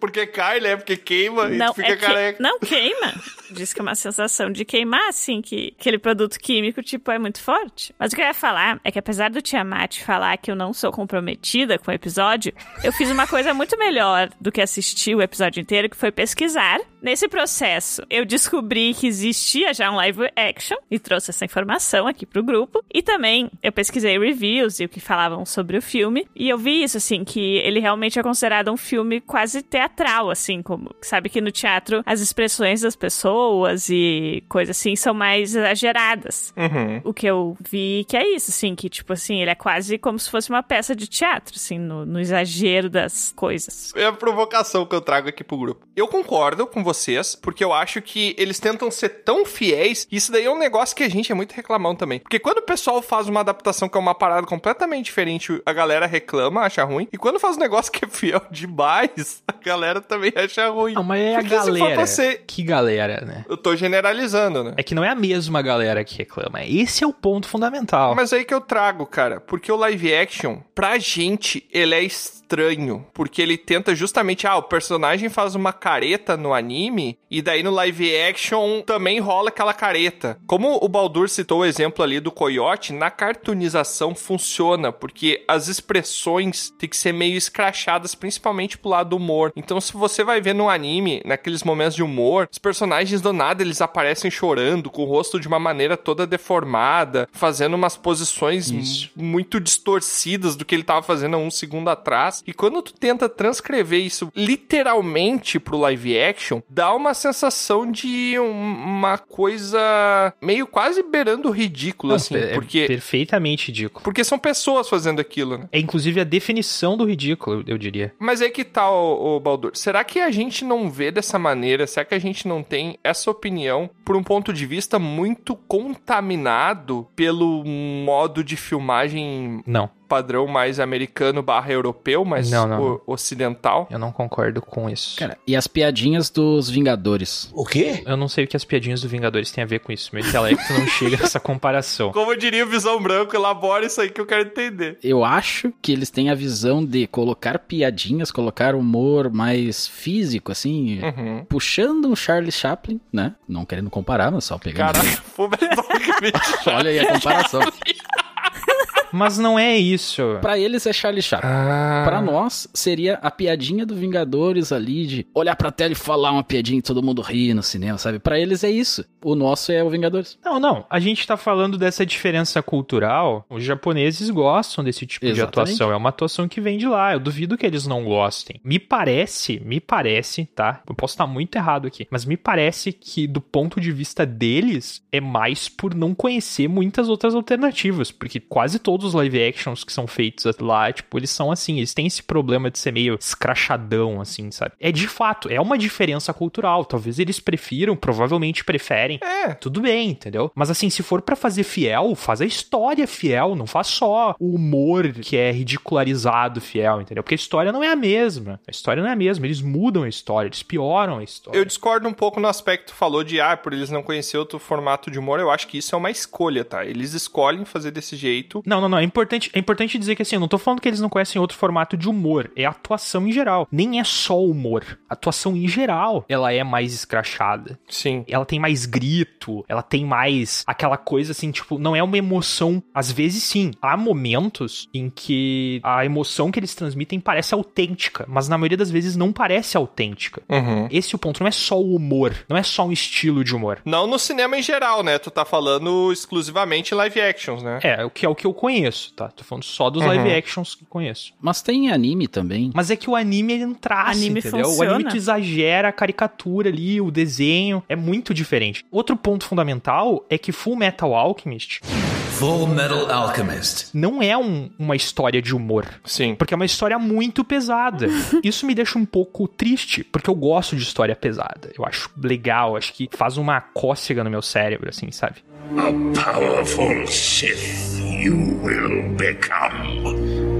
S1: Porque cai, né? Porque queima e
S4: Não,
S1: tu fica
S4: é que-
S1: careca.
S4: não queima. Diz que é uma sensação de queimar, assim, que aquele produto químico, tipo, é muito forte. Mas o que eu ia falar é que apesar do Tiamat falar que eu não sou comprometida com o episódio, eu fiz uma coisa muito melhor do que assistir o episódio inteiro, que foi pesquisar. Nesse processo, eu descobri que existia já um live action e trouxe essa informação aqui pro grupo. E também eu pesquisei reviews e o que falavam sobre o filme. E eu vi isso, assim, que ele realmente é considerado um filme quase teatral, assim, como. Sabe que no teatro as expressões das pessoas e coisas assim são mais exageradas.
S1: Uhum.
S4: O que eu vi que é isso, assim, que, tipo assim, ele é quase como se fosse uma peça de teatro, assim, no, no exagero das coisas.
S1: É a provocação que eu trago aqui pro grupo. Eu concordo com vocês, porque eu acho que eles tentam ser tão fiéis, e isso daí é um negócio que a gente é muito reclamão também. Porque quando o pessoal faz uma adaptação que é uma parada completamente diferente, a galera reclama, acha ruim. E quando faz um negócio que é fiel demais, a galera também acha ruim.
S5: Não, mas é a
S1: Porque se for pra
S5: galera.
S1: ser-
S5: Que galera, né?
S1: Eu tô generalizando, né?
S5: É que não é a mesma galera que reclama. Esse é o ponto fundamental.
S1: Mas aí que eu trago, cara, porque o live action, pra gente, ele é estranho. Porque ele tenta justamente, ah, o personagem faz uma careta no anime, e daí no live action também rola aquela careta. Como o Baldur citou o exemplo ali do coiote, na cartoonização funciona, porque as expressões têm que ser meio escrachadas, principalmente pro lado do humor. Então, se você vai ver no anime, naqueles momentos de humor, os personagens do nada eles aparecem chorando, com o rosto de uma maneira toda deformada, fazendo umas posições
S5: Isso.
S1: mu- muito distorcidas do que ele tava fazendo há um segundo atrás. E quando tu tenta transcrever isso literalmente pro live action, dá uma sensação de um- uma coisa meio quase beirando o ridículo,
S5: Não,
S1: assim,
S5: é
S1: porque.
S5: perfeitamente ridículo.
S1: Porque são pessoas fazendo aquilo, né?
S5: É inclusive a definição do ridículo, eu- eu diria.
S1: Mas aí que tá, o, Baldur. Será que a gente não vê dessa maneira? Será que a gente não tem essa opinião por um ponto de vista muito contaminado pelo modo de filmagem
S5: Não,
S1: padrão mais americano barra europeu, mas
S5: Não, não,
S1: o- ocidental?
S5: eu não concordo com isso.
S6: Cara, e as piadinhas dos Vingadores?
S9: O quê?
S5: Eu não sei o que as piadinhas do Vingadores têm a ver com isso. Meu intelecto não chega nessa comparação.
S1: Como eu diria o Visão Branco, elabora isso aí que eu quero entender.
S6: Eu acho que eles têm a visão de colocar piadinhas, colocar humor mais físico, assim,
S1: Uhum.
S6: puxando um Charles Chaplin, né? Não querendo comparar, mas só pegando.
S1: Caraca, Full Metal Alchemist.
S6: Olha aí a comparação.
S5: Mas não é isso.
S6: pra eles é Charles Chaplin.
S1: Ah,
S6: Pra nós, seria a piadinha do Vingadores ali, de olhar pra tela e falar uma piadinha e todo mundo rir no cinema, sabe? Pra eles é isso. O nosso é o Vingadores.
S5: Não, não. A gente tá falando dessa diferença cultural. Os japoneses gostam desse tipo de
S6: Exatamente.
S5: atuação. É uma atuação que vem de lá. Eu duvido que eles não gostem. Me parece, me parece, tá? Eu posso estar muito errado aqui. Mas me parece que, do ponto de vista deles, é mais por não conhecer muitas outras alternativas. Porque quase todos os live actions que são feitos lá, tipo, eles são assim. Eles têm esse problema de ser meio escrachadão, assim, sabe? É de fato, é uma diferença cultural. Talvez eles prefiram, provavelmente preferem
S1: é.
S5: tudo bem, entendeu? Mas assim, se for pra fazer fiel, faz a história fiel, não faz só o humor que é ridicularizado fiel, entendeu? Porque a história não é a mesma. A história não é a mesma, eles mudam a história, eles pioram a história.
S1: Eu discordo um pouco no aspecto que tu falou de, ah, por eles não conhecer outro formato de humor, eu acho que isso é uma escolha, tá? Eles escolhem fazer desse jeito
S5: Não, não, não. É importante, é importante dizer que assim, eu não tô falando que eles não conhecem outro formato de humor. É atuação em geral. Nem é só humor. A atuação em geral, ela é mais escrachada.
S1: Sim.
S5: Ela tem mais grito, ela tem mais aquela coisa assim, tipo, não é uma emoção. Às vezes sim, há momentos em que a emoção que eles transmitem parece autêntica, mas na maioria das vezes não parece autêntica.
S1: Uhum.
S5: Esse é o ponto, não é só o humor, não é só um estilo de humor.
S1: Não no cinema em geral, né? Tu tá falando exclusivamente live actions, né?
S5: É, o que é o que eu conheço, tá? Tô falando só dos
S1: Uhum.
S5: live actions que eu conheço.
S6: Mas tem anime também.
S5: Mas é que o anime ele não traça,
S4: Anime
S5: entendeu? O anime
S4: funciona.
S5: tu exagera a caricatura ali, o desenho, é muito diferente. Outro ponto fundamental é que Full Metal Alchemist
S9: Full Metal Alchemist.
S5: não é um- uma história de humor.
S1: Sim.
S5: Porque é uma história muito pesada. Isso me deixa um pouco triste, porque eu gosto de história pesada. Eu acho legal, acho que faz uma cócega no meu cérebro, assim, sabe?
S8: Powerful Sith you will become.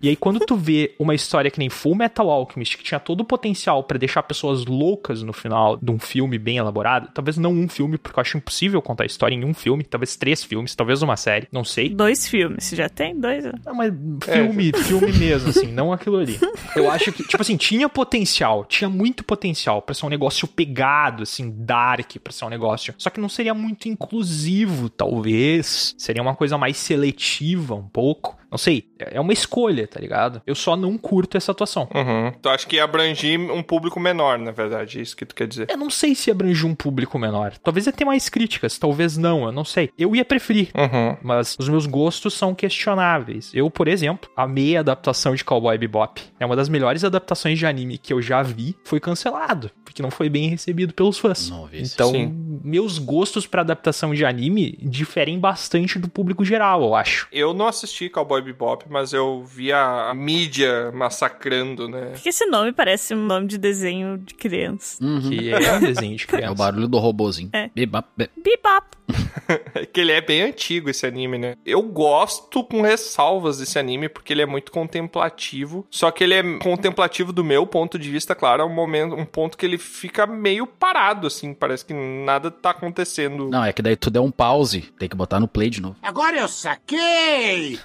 S5: E aí, quando tu vê uma história que nem Full Metal Alchemist, que tinha todo o potencial pra deixar pessoas loucas no final de um filme bem elaborado, talvez não um filme, porque eu acho impossível contar a história em um filme, talvez três filmes, talvez uma série, não sei.
S4: Dois filmes, já tem dois.
S5: Não, Ah, mas filme, filme mesmo, assim, não aquilo ali. É. Eu acho que, tipo assim, tinha potencial, tinha muito potencial pra ser um negócio pegado, assim, dark, pra ser um negócio. Só que não seria muito inclusivo, talvez. Seria uma coisa mais seletiva, um pouco. Não sei. É é uma escolha, tá ligado? Eu só não curto essa atuação.
S1: Uhum. Tu acha que ia abrangir um público menor, na verdade, é isso que tu quer dizer.
S5: Eu não sei se abrange um público menor. Talvez ia ter mais críticas, talvez não, eu não sei. Eu ia preferir.
S1: Uhum.
S5: Mas os meus gostos são questionáveis. Eu, por exemplo, amei a adaptação de Cowboy Bebop. É uma das melhores adaptações de anime que eu já vi. Foi cancelado, porque não foi bem recebido pelos fãs.
S6: Não vi isso.
S5: Então,
S1: Sim.
S5: meus gostos pra adaptação de anime diferem bastante do público geral, eu acho.
S1: Eu não assisti Cowboy Bebop, mas eu vi a a mídia massacrando, né?
S4: Porque esse nome parece um nome de desenho de criança.
S6: Uhum.
S5: Que é um desenho de
S6: É
S5: criança.
S6: o barulho do robozinho.
S4: É.
S6: Bebap, be-
S4: Bebop.
S1: É que ele é bem antigo, esse anime, né? Eu gosto com ressalvas desse anime, porque ele é muito contemplativo. Só que ele é contemplativo do meu ponto de vista, claro. É um momento, um ponto que ele fica meio parado, assim. Parece que nada tá acontecendo.
S6: Não, é que daí tu der um pause, tem que botar no play de novo.
S8: Agora eu saquei!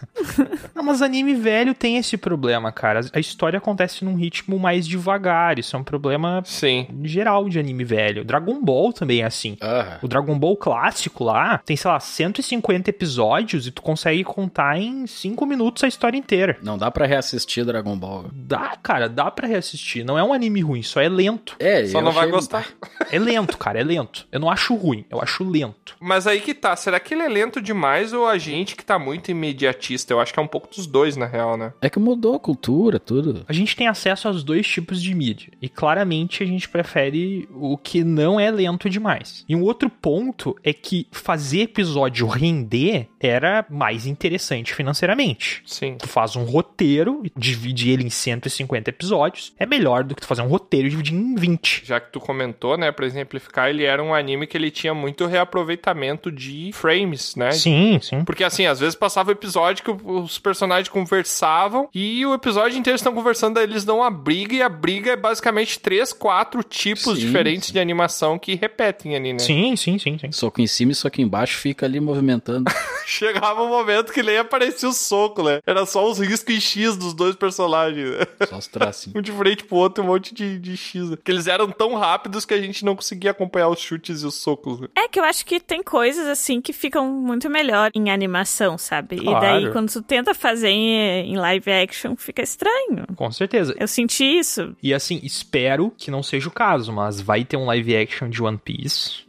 S5: Não, mas anime velho tem esse problema, cara. A história acontece num ritmo mais devagar. Isso é um problema
S1: Sim.
S5: geral de anime velho. Dragon Ball também é assim. O Dragon Ball clássico lá tem, sei lá, 150 episódios e tu consegue contar em 5 minutos a história inteira.
S6: Não dá pra reassistir Dragon Ball. velho.
S5: Dá, cara, dá pra reassistir. Não é um anime ruim, só é lento.
S6: É,
S1: Só
S6: eu
S1: não vai
S6: achei-
S1: gostar.
S5: É lento, cara, é lento. Eu não acho ruim, eu acho lento.
S1: Mas aí que tá, será que ele é lento demais ou a gente que tá muito imediatista? Eu acho que é um pouco dos dois, na real, né?
S6: É que mudou a cultura, tudo.
S5: A gente tem acesso aos dois tipos de mídia. E claramente a gente prefere o que não é lento demais. E um outro ponto é que fazer episódio render era mais interessante financeiramente.
S1: Sim.
S5: Tu faz um roteiro e divide ele em 150 episódios. É melhor do que tu fazer um roteiro e dividir em 20.
S1: Já que tu comentou, né, pra exemplificar, ele era um anime que ele tinha muito reaproveitamento de frames, né?
S5: Sim, sim.
S1: Porque assim, às vezes passava o episódio que o- os personagens conversavam e o episódio inteiro eles estão conversando, daí eles dão uma briga e a briga é basicamente três, quatro tipos
S6: Sim,
S1: diferentes de animação que repetem ali, né?
S5: Sim, sim, sim, sim.
S6: Soco em cima e soco embaixo fica ali movimentando.
S1: Chegava um momento que nem aparecia o soco, né? Era só os riscos em X dos dois personagens. né?
S6: Só os tracinhos.
S1: Um de frente pro outro, um monte de, de X. né? Que eles eram tão rápidos que a gente não conseguia acompanhar os chutes e os socos. né?
S4: É que eu acho que tem coisas assim que ficam muito melhor em animação, sabe? E
S5: Claro.
S4: daí, quando tu tenta fazer em, em live action, fica estranho.
S5: Com certeza.
S4: Eu senti isso.
S5: E assim, espero que não seja o caso, mas vai ter um live action de One Piece,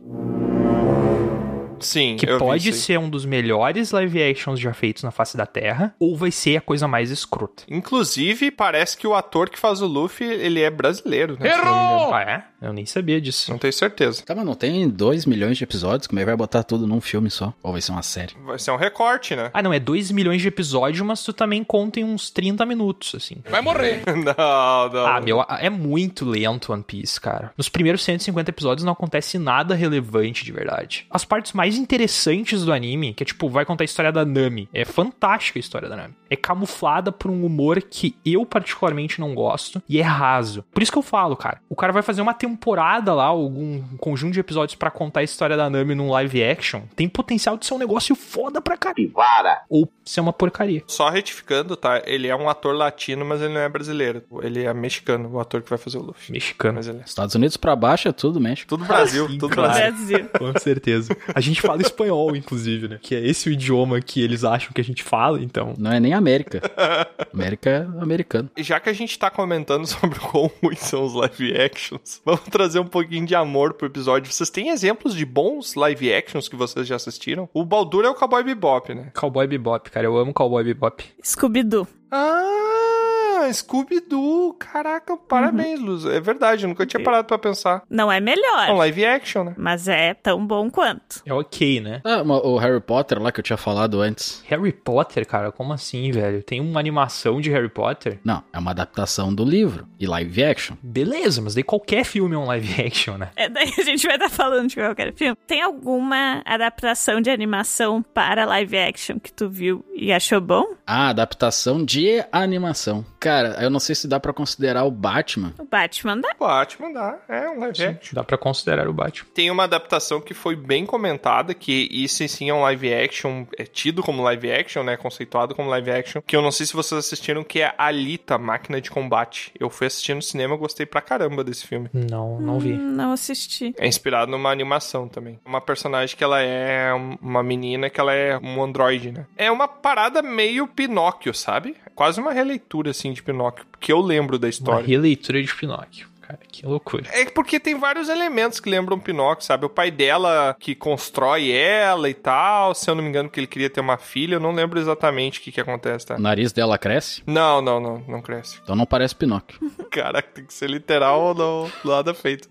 S1: Sim,
S5: que
S1: eu vi
S5: pode
S1: isso aí.
S5: ser um dos melhores live actions já feitos na face da Terra, ou vai ser a coisa mais escrota.
S1: Inclusive, parece que o ator que faz o Luffy, ele é brasileiro, né?
S5: Errou! Ah, é? Eu nem sabia disso.
S1: Não tenho certeza.
S6: Tá, mas não tem 2 milhões de episódios? Como é que vai botar tudo num filme só? Ou vai ser uma série?
S1: Vai ser um recorte, né?
S5: Ah, não, é 2 milhões de episódios, mas tu também conta em uns 30 minutos, assim.
S1: não, não.
S5: Ah, meu, é muito lento One Piece, cara. Nos primeiros 150 episódios não acontece nada relevante de verdade. As partes mais interessantes do anime, que é tipo, vai contar a história da Nami. É fantástica a história da Nami. É camuflada por um humor que eu particularmente não gosto e é raso. Por isso que eu falo, cara. O cara vai fazer uma temporada temporada lá, algum conjunto de episódios pra contar a história da Nami num live action, tem potencial de ser um negócio foda pra caralho.
S8: Para.
S5: Ou ser uma porcaria.
S1: Só retificando, tá? Ele é um ator latino, mas ele não é brasileiro. Ele é mexicano, o ator que vai fazer o Luffy.
S5: Mexicano.
S1: Mas ele é.
S6: Estados Unidos pra baixo é tudo México.
S1: Tudo Brasil,
S5: Sim,
S1: tudo
S5: claro.
S1: Brasil.
S4: Brasil.
S5: Com certeza. A gente fala espanhol, inclusive, né? Que é esse o idioma que eles acham que a gente fala, então.
S6: Não é nem América. América é americano.
S1: E Já que a gente tá comentando sobre o quão ruins são os live actions, vamos trazer um pouquinho de amor pro episódio. Vocês têm exemplos de bons live actions que vocês já assistiram? O Baldur é o Cowboy Bebop, né?
S5: Cowboy Bebop, cara. Eu amo Cowboy Bebop.
S4: Scooby-Doo.
S1: Ah, Scooby-Doo. Caraca, parabéns, Luz. É verdade, eu nunca tinha parado pra pensar.
S4: Não é
S1: É um
S4: melhor,
S1: live action, né?
S4: mas é tão bom quanto.
S5: É ok, né?
S6: Ah, uma- o Harry Potter lá que eu tinha falado antes.
S5: Harry Potter, cara, como assim, velho? Tem uma animação de Harry Potter?
S6: Não, é uma adaptação do livro e live action.
S5: Beleza, mas daí qualquer filme é um live action, né?
S4: É, daí a gente vai estar falando de qualquer filme. Tem alguma adaptação de animação para live action que tu viu e achou bom?
S6: Ah, adaptação de animação. Cara, eu não sei se dá pra considerar o Batman.
S4: O Batman né? dá.
S1: Batman dá, é um live action.
S5: Dá pra considerar o Batman.
S1: Tem uma adaptação que foi bem comentada, que isso sim é um live action, é tido como live action, né? Conceituado como live action, que eu não sei se vocês assistiram, que é Alita, Máquina de Combate. Eu fui assistir no cinema, eu gostei pra caramba desse filme.
S5: Não, não vi.
S4: Hum, Não assisti.
S1: É inspirado numa animação também. Uma personagem que ela é um- uma menina que ela é um androide, né? É uma parada meio Pinóquio, sabe? Quase uma releitura assim de Pinóquio, que eu lembro da
S5: Uma
S1: história.
S5: releitura de Pinóquio. Cara, que loucura.
S1: É porque tem vários elementos que lembram Pinóquio, sabe? O pai dela que constrói ela e tal, se eu não me engano que ele queria ter uma filha, eu não lembro exatamente o que que acontece, tá?
S6: O nariz dela cresce,
S1: Não, não, não, não cresce.
S6: então não parece Pinóquio.
S1: Caraca, tem que ser literal ou não, nada feito.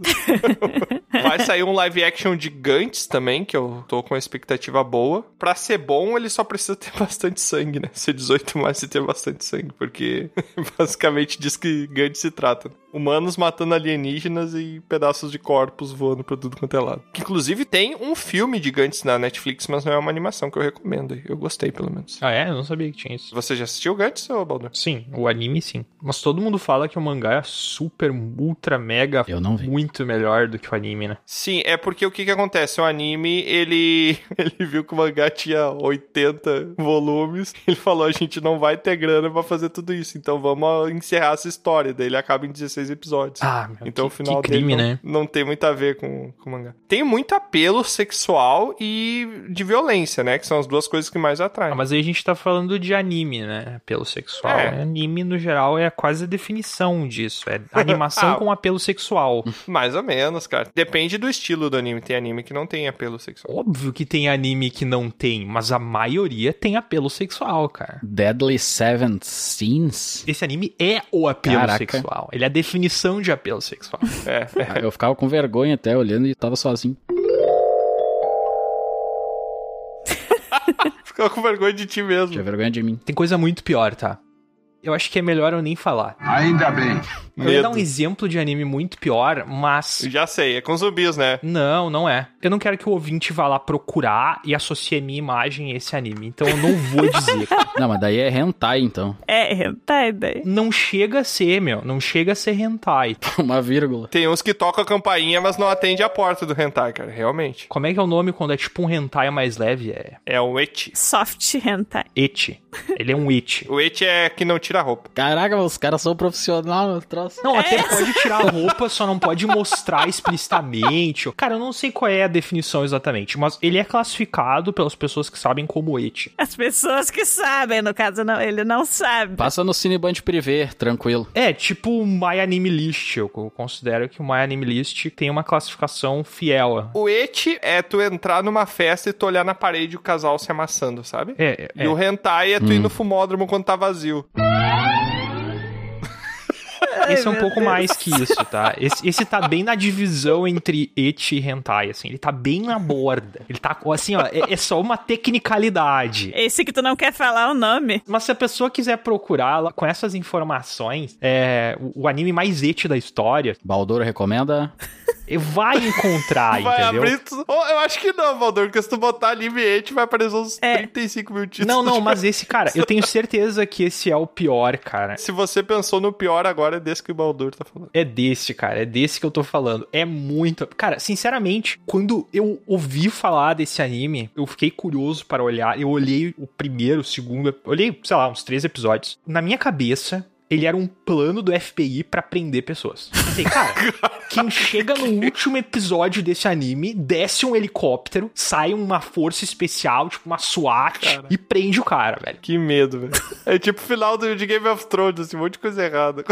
S1: Vai sair um live action de Gantz também, que eu tô com uma expectativa boa. Pra ser bom, ele só precisa ter bastante sangue, né? Ser 18 mais e ter bastante sangue, porque basicamente diz que Gantz se trata. Humanos matando alienígenas e pedaços de corpos voando pra tudo quanto é lado. Que, Inclusive tem um filme de Gantz na Netflix, mas não é uma animação que eu recomendo. Eu gostei, pelo menos.
S5: Ah, é? Eu não sabia que tinha isso.
S1: Você já assistiu Gantz ou Baldur?
S5: Sim, o anime sim. Mas todo mundo fala que o mangá é super, ultra, mega,
S6: Eu não vi.
S5: muito melhor do que o anime, né?
S1: Sim, é porque o que que acontece? O anime, ele, ele viu que o mangá tinha 80 volumes. Ele falou, a gente não vai ter grana pra fazer tudo isso, então vamos encerrar essa história. Daí ele acaba em 16 episódios.
S5: Ah, meu
S1: Então o
S5: que-
S1: final
S5: que
S1: dele
S5: crime,
S1: não,
S5: né?
S1: não tem muito a ver com, com o mangá. Tem muito apelo sexual e de violência, né? Que são as duas coisas que mais atraem.
S5: Ah, mas aí a gente tá falando de anime, né? Apelo sexual.
S1: É.
S5: Anime, no geral, é quase a definição disso. É animação
S1: Ah.
S5: com apelo sexual.
S1: Mais ou menos, cara. Depende do estilo do anime. Tem anime que não tem apelo sexual.
S5: Óbvio que tem anime que não tem, mas a maioria tem apelo sexual, cara.
S6: Deadly Seventh Sins.
S5: Esse anime é o apelo
S6: Caraca.
S5: sexual. Ele é a definição de apelo sexual.
S1: É.
S6: Ah, Eu ficava com vergonha até olhando e tava sozinho.
S1: Ficou com vergonha de ti mesmo.
S6: Tinha vergonha de mim.
S5: tem coisa muito pior, tá? Eu acho que é melhor eu nem falar.
S7: Ainda bem.
S5: Eu ia
S1: Medo.
S5: dar um exemplo de anime muito pior, mas
S1: Já sei, é com zumbis, né?
S5: Não, não é. Eu não quero que o ouvinte vá lá procurar e associe a minha imagem a esse anime. Então eu não vou dizer. cara.
S6: Não, mas daí é hentai, então.
S4: É, hentai daí.
S5: não chega a ser, meu. Não chega a ser hentai.
S6: Uma vírgula.
S1: Tem uns que tocam a campainha, mas não atende a porta do hentai, cara. Realmente.
S5: Como é que é o nome quando é tipo um hentai mais leve? É
S1: É um eti.
S4: Soft hentai.
S5: eti. Ele é um eti.
S1: O eti é que não tira a roupa.
S6: Caraca, os caras são profissionais, meu troço.
S5: Não, até pode tirar a roupa, só não pode mostrar explicitamente. Cara, eu não sei qual é a definição exatamente, mas ele é classificado pelas pessoas que sabem como eti.
S4: As pessoas que sabem, no caso, não, ele não sabe.
S6: Passa no Cineband Privé, tranquilo.
S5: É, tipo o My Anime List. Eu considero que o My Anime List tem uma classificação fiel.
S1: O eti é tu entrar numa festa e tu olhar na parede o casal se amassando, sabe?
S5: É, é,
S1: E o hentai é tu ir no fumódromo quando tá vazio.
S5: Esse é um pouco mais que isso, tá? Esse, esse tá bem na divisão entre eti e hentai, assim. Ele tá bem na borda. Ele tá, assim, ó, é, é só uma tecnicalidade.
S4: Esse que tu não quer falar o nome.
S5: Mas se a pessoa quiser procurá-la com essas informações, é, o, o anime mais eti da história é,
S6: Baldouro recomenda.
S5: Vai encontrar,
S1: vai
S5: Ah, entendeu?
S1: abrir. tu- Oh, eu acho que não, Valdur, porque se tu botar Liviate, vai aparecer uns
S4: É.
S1: 35 mil títulos.
S5: Não, não, mas esse, cara, eu tenho certeza que esse é o pior, cara.
S1: Se você pensou no pior agora, é desse que o Baldur tá falando.
S5: É desse, cara. É desse que eu tô falando. É muito. Cara, sinceramente, quando eu ouvi falar desse anime, eu fiquei curioso para olhar. Eu olhei o primeiro, o segundo. Olhei, sei lá, uns três episódios. Na minha cabeça. Ele era um plano do FBI pra prender pessoas. Eu Pensei, cara, quem chega no último episódio desse anime, desce um helicóptero, sai uma força especial, tipo uma SWAT, e prende o cara, velho.
S1: Que medo, velho. É tipo o final do, de Game of Thrones, assim, um monte de coisa errada.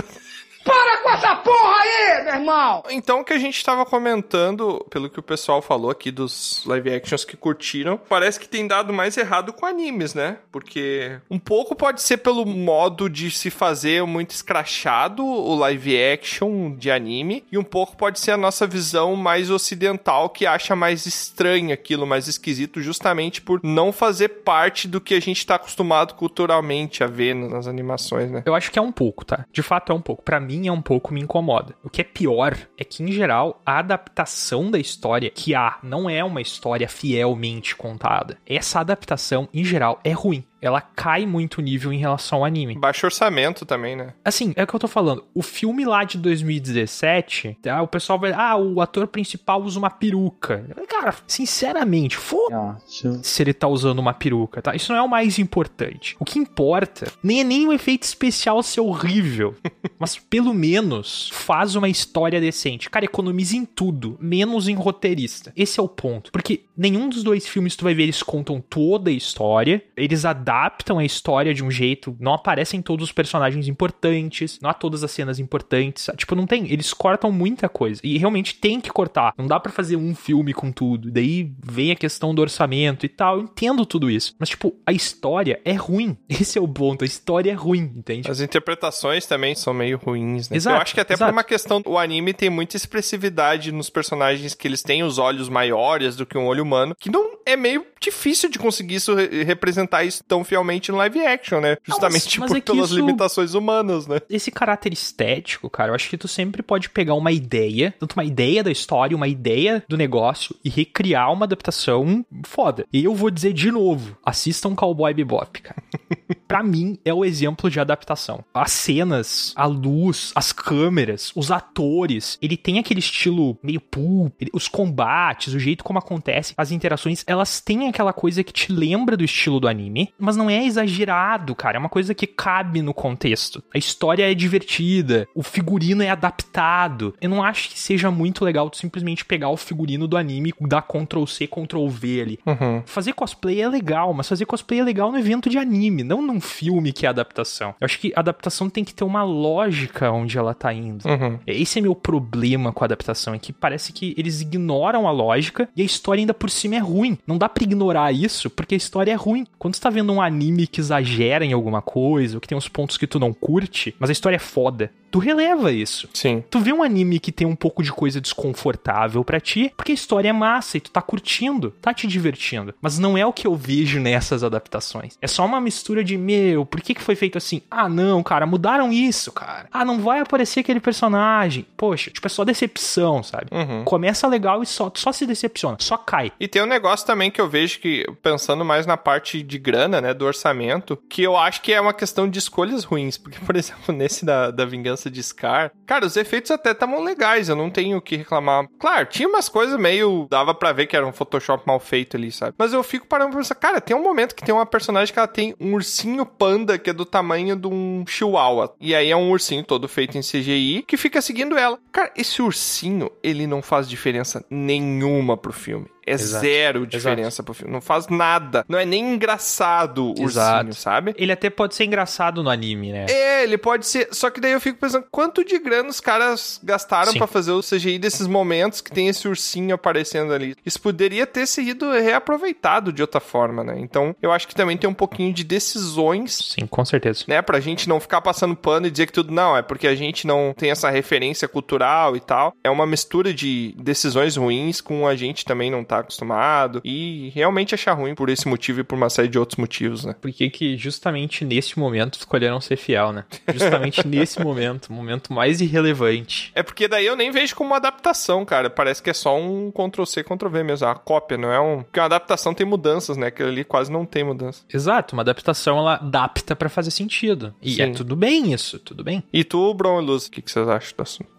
S1: Então, o que a gente tava comentando, pelo que o pessoal falou aqui dos live actions que curtiram, parece que tem dado mais errado com animes, né? Porque um pouco pode ser pelo modo de se fazer muito escrachado o live action de anime, e um pouco pode ser a nossa visão mais ocidental que acha mais estranho aquilo, mais esquisito, justamente por não fazer parte do que a gente tá acostumado culturalmente a ver nas animações, né?
S5: Eu acho que é um pouco, tá? De fato é um pouco. Pra mim é um pouco, me incomoda. O que é pior é que, em geral, a adaptação da história que há não é uma história fielmente contada. Essa adaptação, em geral, é ruim. Ela cai muito o nível em relação ao anime.
S1: Baixo orçamento também, né?
S5: Assim, é o que eu tô falando. O filme lá de 2017, tá? o pessoal vai. Ah, o ator principal usa uma peruca. Cara, sinceramente, foda se ele tá usando uma peruca, tá? Isso não é o mais importante. O que importa nem é nem o efeito especial ser horrível, mas pelo menos faz uma história decente. Cara, economiza em tudo, menos em roteirista. Esse é o ponto. Porque nenhum dos dois filmes tu vai ver eles contam toda a história, eles adaptam a história de um jeito, não aparecem todos os personagens importantes, não há todas as cenas importantes. sabe? Tipo, não tem, eles cortam muita coisa e realmente tem que cortar. Não dá pra fazer um filme com tudo. Daí vem a questão do orçamento e tal. Eu entendo tudo isso, mas tipo, a história é ruim. Esse é o ponto, a história é ruim, entende?
S1: As interpretações também são meio ruins, né?
S5: Exato,
S1: Eu acho que até
S5: exato.
S1: por uma questão, o anime tem muita expressividade nos personagens que eles têm os olhos maiores do que um olho humano, que não é meio difícil de conseguir isso re- representar isso tão fielmente no live action, né? Justamente
S5: mas
S1: por
S5: é que
S1: pelas
S5: isso-
S1: limitações humanas, né?
S5: esse caráter estético, cara, eu acho que tu sempre pode pegar uma ideia, tanto uma ideia da história, uma ideia do negócio e recriar uma adaptação foda. E eu vou dizer de novo, assistam Cowboy Bebop, cara. Pra mim, é o exemplo de adaptação. As cenas, a luz, as câmeras, os atores, ele tem aquele estilo meio pulp, ele- os combates, o jeito como acontece, as interações, elas têm aquela coisa que te lembra do estilo do anime, mas não é exagerado, cara. É uma coisa que cabe no contexto. A história é divertida, o figurino é adaptado. Eu não acho que seja muito legal tu simplesmente pegar o figurino do anime, dar Ctrl-C, Ctrl-V ali. Fazer cosplay é legal, mas fazer cosplay é legal no evento de anime, não num filme que é adaptação. Eu acho que a adaptação tem que ter uma lógica onde ela tá indo. Esse é meu problema com a adaptação, é que parece que eles ignoram a lógica e a história ainda por cima é ruim. Não dá pra ignorar isso, porque a história é ruim. Quando você tá vendo um anime que exagera em alguma coisa, ou que tem uns pontos que tu não curte, mas a história é foda, tu releva isso.
S1: Sim.
S5: Tu vê um anime que tem um pouco de coisa desconfortável pra ti, porque a história é massa e tu tá curtindo, tá te divertindo. Mas não é o que eu vejo nessas adaptações. É só uma mistura de, meu, por que, que foi feito assim? Ah, não, cara, mudaram isso, cara. Ah, não vai aparecer aquele personagem. Poxa, tipo, é só decepção, sabe?
S1: Uhum.
S5: Começa legal e só, só se decepciona, só cai.
S1: E tem um negócio também que eu vejo que, pensando mais na parte de grana, né, do orçamento, que eu acho que é uma questão de escolhas ruins. Porque, por exemplo, nesse da, da vingança de Scar, cara, os efeitos até estavam legais, eu não tenho o que reclamar. Claro, tinha umas coisas meio. dava pra ver que era um Photoshop mal feito ali, sabe? Mas eu fico parando pra pensar, cara, tem um momento que tem uma personagem que ela tem um ursinho panda que é do tamanho de um chihuahua. E aí é um ursinho todo feito em CGI que fica seguindo ela. Cara, esse ursinho, ele não faz diferença nenhuma pro filme. É zero diferença pro filme. Não faz nada. Não é nem engraçado o
S5: Exato. É.
S1: ursinho, sabe?
S5: Ele até pode ser engraçado no anime, né?
S1: É, ele pode ser. Só que daí eu fico pensando quanto de grana os caras gastaram
S5: Sim.
S1: pra fazer o CGI desses momentos que tem esse ursinho aparecendo ali. Isso poderia ter sido reaproveitado de outra forma, né? Então eu acho que também tem um pouquinho de decisões
S5: Sim, com certeza.
S1: né? Pra gente não ficar passando pano e dizer que tudo não, é porque a gente não tem essa referência cultural e tal. É uma mistura de decisões ruins com a gente também não tá tá acostumado. E realmente achar ruim por esse motivo e por uma série de outros motivos, né?
S5: Por que que justamente nesse momento escolheram ser fiel, né? Justamente nesse momento, momento mais irrelevante.
S1: É porque daí eu nem vejo como uma adaptação, cara. Parece que é só um Ctrl-C, Ctrl-V mesmo. É uma cópia, não é um... Porque uma adaptação tem mudanças, né? Aquilo ali quase não tem mudança.
S5: Exato, uma adaptação ela adapta pra fazer sentido. E
S1: Sim.
S5: é tudo bem isso, tudo bem.
S1: E tu, Bron e Luz, o que, que vocês acham do assunto?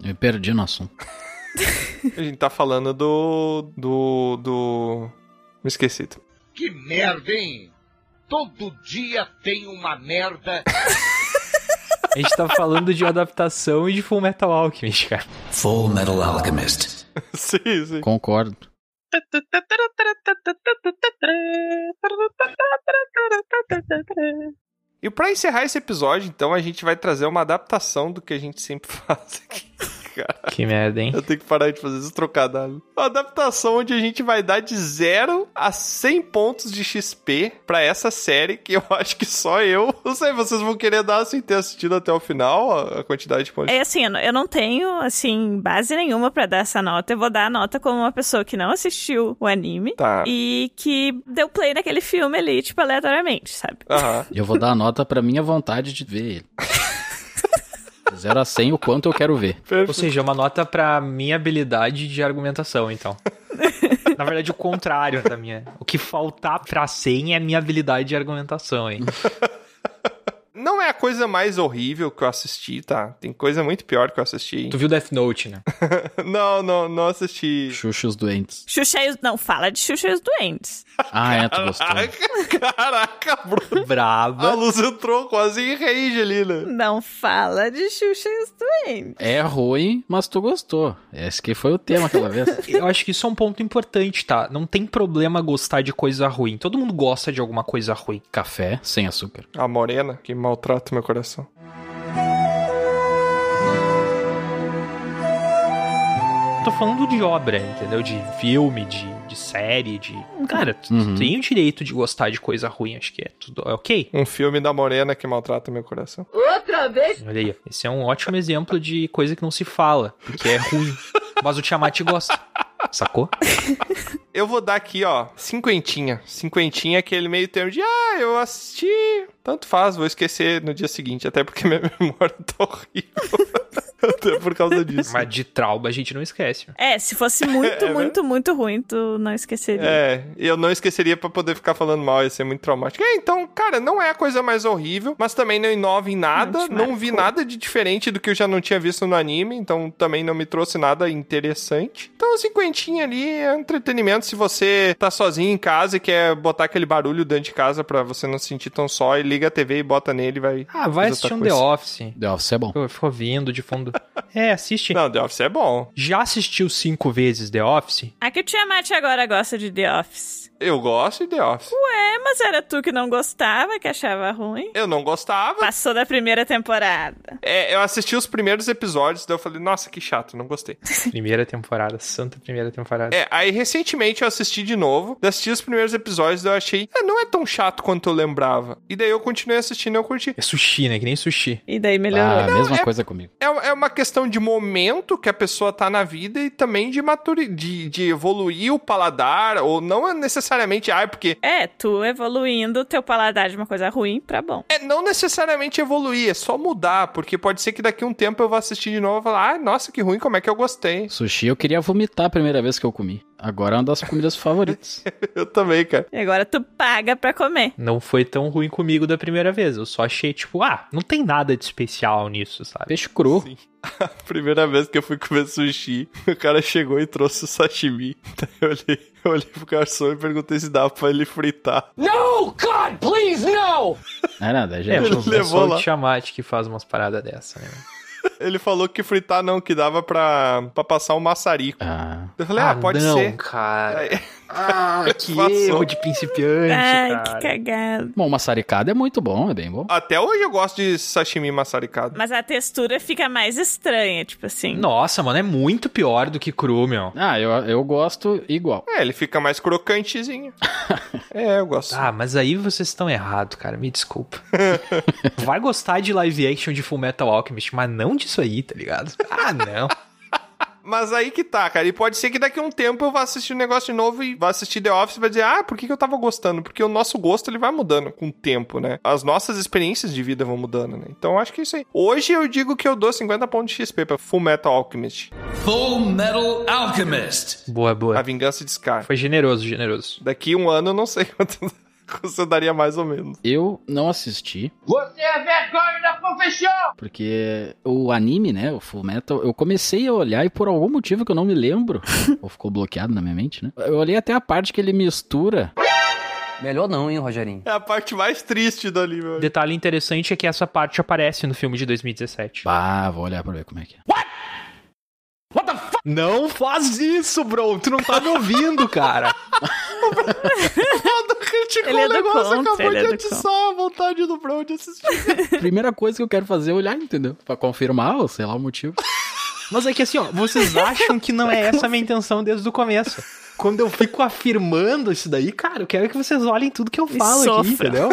S6: Eu me perdi no assunto.
S1: A gente tá falando do... do... do... Me esqueci.
S8: Que merda, hein? Todo dia tem uma merda.
S5: A gente tá falando de adaptação e de Full Metal Alchemist, cara.
S9: Full Metal Alchemist.
S1: sim, sim.
S6: Concordo.
S1: E pra encerrar esse episódio, então, a gente vai trazer uma adaptação do que a gente sempre faz aqui, cara.
S5: Que merda, hein?
S1: Eu tenho que parar de fazer esse trocadilho. Uma adaptação onde a gente vai dar de 0 a 100 pontos de XP pra essa série que eu acho que só eu. Não sei, vocês vão querer dar sem ter assistido até o final a- a quantidade de pontos.
S4: É assim, eu não- eu não tenho, assim, base nenhuma pra dar essa nota. Eu vou dar a nota como uma pessoa que não assistiu o anime
S1: Tá.
S4: e que deu play naquele filme ali, tipo, aleatoriamente, sabe?
S1: Aham.
S6: Eu vou dar a nota pra minha vontade de ver ele. De 0 a 100, o quanto eu quero ver.
S5: Ou
S1: Perfeito.
S5: seja, é uma nota pra minha habilidade de argumentação, então. Na verdade, o contrário da minha. O que faltar pra 100 é a minha habilidade de argumentação, hein?
S1: Não é a coisa mais horrível que eu assisti, tá? Tem coisa muito pior que eu assisti.
S5: Tu viu Death Note, né?
S1: Não, não, não assisti.
S6: Xuxa os doentes.
S4: Xuxa e os... Não, fala de Xuxa e os Doentes.
S6: Ah, é, tu gostou.
S1: Caraca, caraca, Bruno. A
S5: Braba.
S1: luz entrou quase em rage ali, né?
S4: Não fala de Xuxa e os Doentes.
S6: É ruim, mas tu gostou. Esse que foi o tema aquela vez.
S5: Eu acho que isso é um ponto importante, tá? Não tem problema gostar de coisa ruim. Todo mundo gosta de alguma coisa ruim.
S6: Café sem açúcar.
S1: A morena, que maltrata meu coração.
S5: Tô falando de obra, entendeu? De filme, de, de série, de. Cara, tu, tu
S6: Uhum.
S5: tem o direito de gostar de coisa ruim, acho que é tudo. É ok?
S1: Um filme da morena que maltrata meu coração.
S5: Olha aí. Esse é um ótimo exemplo de coisa que não se fala, porque é ruim. Mas o Tiamat gosta. Sacou?
S1: Eu vou dar aqui, ó, cinquentinha. Cinquentinha é aquele meio termo de, ah, eu assisti. Tanto faz, vou esquecer no dia seguinte, até porque minha memória tá horrível. até por causa disso.
S5: Mas de trauma a gente não esquece. meu.
S4: É, se fosse muito,
S1: É, né?
S4: muito, muito ruim, tu não esqueceria.
S1: É, eu não esqueceria pra poder ficar falando mal, ia ser muito traumático. É, então, cara, não é a coisa mais horrível, mas também não inova em nada,
S4: Não te
S1: não, vi nada de diferente do que eu já não tinha visto no anime, então também não me trouxe nada interessante. Então, cinquentinha ali é entretenimento se você tá sozinho em casa e quer botar aquele barulho dentro de casa pra você não se sentir tão só, e liga a TV e bota nele e vai...
S5: Ah, vai
S1: fazer
S5: assistir
S1: outra
S5: um The
S1: coisa.
S5: Office.
S6: The Office é bom.
S5: Eu fico ouvindo de fundo. É, assiste.
S1: Não, The Office é bom.
S5: Já assistiu cinco vezes The Office?
S4: A que o Tiamat agora gosta de The Office.
S1: Eu gosto de The Office.
S4: É, mas era tu que não gostava, que achava ruim.
S1: Eu não gostava.
S4: Passou da primeira temporada.
S1: É, eu assisti os primeiros episódios, daí eu falei, nossa, que chato, não gostei.
S5: Primeira temporada, santa primeira temporada.
S1: É, aí recentemente eu assisti de novo, assisti os primeiros episódios, eu achei, ah, não é tão chato quanto eu lembrava. E daí eu continuei assistindo e eu curti.
S5: É sushi, né? Que nem sushi.
S4: E daí melhorou.
S6: Ah, a mesma coisa comigo.
S1: É, é uma questão de momento que a pessoa tá na vida e também de maturidade, de, de evoluir o paladar, ou não é necessariamente, ah, é porque.
S4: É, tu evoluindo teu paladar de uma coisa ruim pra bom.
S1: É, não necessariamente evoluir, é só mudar, porque pode ser que daqui a um tempo eu vá assistir de novo e falar, ah, nossa, que ruim, como é que eu gostei.
S6: Sushi eu queria vomitar a primeira vez que eu comi. Agora é uma das comidas favoritas.
S1: Eu também, cara.
S4: E agora tu paga pra comer.
S5: Não foi tão ruim comigo da primeira vez. Eu só achei, tipo, ah, não tem nada de especial nisso, sabe?
S6: Peixe cru.
S1: Primeira vez que eu fui comer sushi, o cara chegou e trouxe o sashimi. Daí eu olhei, eu olhei pro garçom e perguntei se dava pra ele fritar.
S6: Não é nada, já
S5: É,
S6: é.
S5: eu
S1: Levou
S5: é só
S1: lá.
S5: o Tiamat que faz umas paradas dessa, né?
S1: Ele falou que fritar não, que dava pra, pra passar um maçarico.
S6: Ah,
S1: Eu falei, ah, pode
S5: não,
S1: ser.
S5: cara.
S1: Aí-
S5: Ah, que
S1: Passou.
S5: erro de principiante,
S4: Ai,
S5: cara.
S4: que cagado.
S6: bom, uma saricada é muito bom, é bem bom.
S1: Até hoje eu gosto de sashimi maçaricado.
S4: Mas a textura fica mais estranha, tipo assim.
S5: Nossa, mano, é muito pior do que cru, meu.
S6: Ah, eu, eu gosto igual.
S1: É, ele fica mais crocantezinho. é, eu gosto.
S5: Ah, mas aí vocês estão errados, cara. Me desculpa. Vai gostar de live action de Full Metal Alchemist, mas não disso aí, tá ligado? Ah, não.
S1: Mas aí que tá, cara. E pode ser que daqui a um tempo eu vá assistir um negócio de novo e vá assistir The Office e vai dizer, ah, por que, que eu tava gostando? Porque o nosso gosto ele vai mudando com o tempo, né? As nossas experiências de vida vão mudando, né? Então eu acho que é isso aí. Hoje eu digo que eu dou 50 pontos de XP pra Full Metal Alchemist.
S9: Full Metal Alchemist.
S5: Boa,
S1: A
S5: boa.
S1: vingança de Scar.
S5: Foi generoso, generoso.
S1: Daqui um ano eu não sei quanto você daria mais ou menos.
S6: Eu não assisti,
S8: Você é vergonha da profissão!
S6: porque o anime, né, o Full Metal, eu comecei a olhar e por algum motivo que eu não me lembro, ou ficou bloqueado na minha mente, né? Eu olhei até a parte que ele mistura.
S3: Melhor não, hein, Rogerinho?
S1: É a parte mais triste dali, meu.
S5: Detalhe interessante é que essa parte aparece no filme de 2017.
S6: Bah, vou olhar pra ver como é que é.
S5: Não faz isso, bro! Tu não tá me ouvindo, cara!
S1: Foda, criticou
S4: Ele é
S1: o
S4: do
S1: negócio,
S4: contra,
S1: acabou
S4: ele é
S1: de
S4: do
S1: atiçar a vontade do Brown de assistir.
S6: Primeira coisa que eu quero fazer é olhar, entendeu? Pra confirmar, ou sei lá o motivo.
S5: Mas é que assim, ó, vocês acham que não é essa a minha intenção desde o começo. Quando eu fico afirmando isso daí, cara, eu quero que vocês olhem tudo que eu
S4: E
S5: falo aqui,
S4: sofram.
S5: entendeu?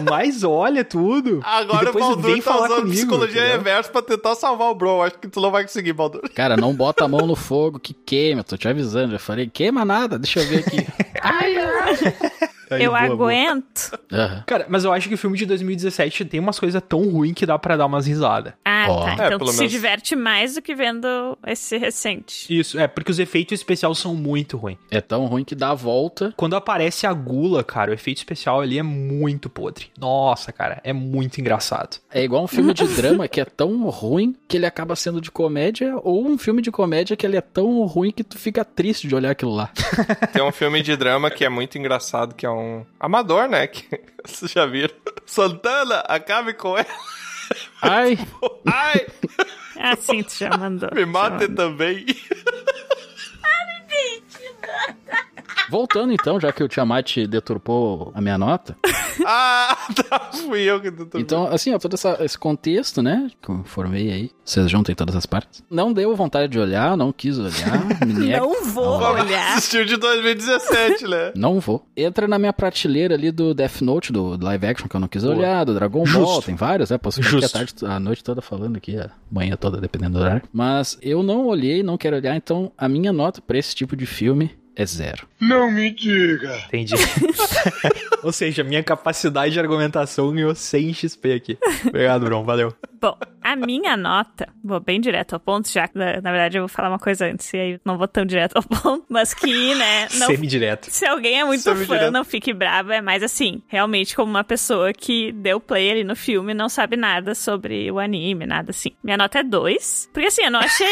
S5: Mas olha tudo. e
S1: Agora o
S5: depois
S1: Baldur
S5: vem
S1: tá
S5: falar
S1: usando
S5: comigo,
S1: psicologia
S5: entendeu?
S1: reversa pra tentar salvar o Brown. Acho que tu não vai conseguir, Baldur.
S6: Cara, não bota a mão no fogo que queima, tô te avisando. Já falei, queima nada, deixa eu ver aqui.
S1: Tá
S5: Aí,
S4: eu
S5: boa, boa.
S4: aguento.
S6: Aham.
S5: Cara, mas eu acho que o filme de 2017 tem umas coisas tão ruins que dá pra dar umas risadas.
S4: Ah,
S6: Ó.
S4: tá.
S6: É,
S4: Então tu
S1: pelo
S4: se
S1: menos.
S4: diverte mais do que vendo esse recente.
S5: Isso, é, porque os efeitos especiais são muito ruins.
S6: É tão ruim que dá a volta.
S5: Quando aparece a gula, cara, o efeito especial ali é muito podre. Nossa, cara, é muito engraçado.
S6: É igual um filme de drama que é tão ruim que ele acaba sendo de comédia, ou um filme de comédia que ele é tão ruim que tu fica triste de olhar aquilo lá.
S1: Tem um filme de drama que é muito engraçado, que é um amador, né? Que vocês já viram. Santana, acabe com ela.
S6: Ai,
S1: Ai,
S4: Ah, sim, tu já mandou.
S1: me
S4: Já
S1: mate
S4: mandou.
S1: também.
S6: voltando então, já que o Tiamat deturpou a minha nota.
S1: Ah, tá, fui eu que tô
S6: Então, assim, ó, todo essa- esse contexto, né, que eu formei aí, vocês juntem todas as partes. Não deu vontade de olhar, não quis olhar, me nego.
S4: Não vou
S6: Não.
S4: olhar.
S1: Assistiu de 2017, né?
S6: Não vou. Entra na minha prateleira ali do Death Note, do live action que eu não quis olhar, do Dragon Ball,
S5: Justo.
S6: tem vários, né? Posso ficar aqui a, tarde, a noite toda falando aqui, a manhã toda, dependendo do horário. Mas eu não olhei, não quero olhar, então a minha nota pra esse tipo de filme é zero.
S8: Não me diga!
S5: Entendi. Ou seja, minha capacidade de argumentação ganhou 100 XP aqui. Obrigado, Bron. Valeu.
S4: Bom, a minha nota, vou bem direto ao ponto, já que, na, na verdade eu vou falar uma coisa antes, e aí não vou tão direto ao ponto, mas que, né, não
S5: Semi-direto.
S4: Se alguém é muito fã,
S1: Semi-direto.
S4: não fique bravo. É mais assim, realmente como uma pessoa que deu play ali no filme e não sabe nada sobre o anime, nada assim. Minha nota é 2. Porque assim, eu não achei.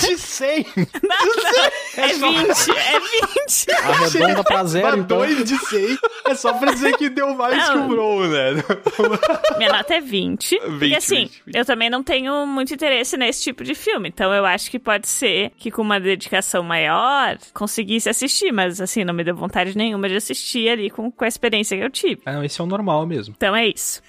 S5: De 100!
S4: não, não, é 20, é 20.
S6: Arredonda pra zero, então.
S5: de 100. É só pra dizer que deu mais
S4: Não.
S5: que o Bron, né?
S4: Minha nota é 20.
S1: 20,
S4: porque assim,
S1: 20, 20.
S4: eu também não tenho muito interesse nesse tipo de filme. Então eu acho que pode ser que com uma dedicação maior conseguisse assistir. Mas assim, não me deu vontade nenhuma de assistir ali com, com a experiência que eu tive.
S5: Ah, não, esse é o normal mesmo.
S4: Então é isso.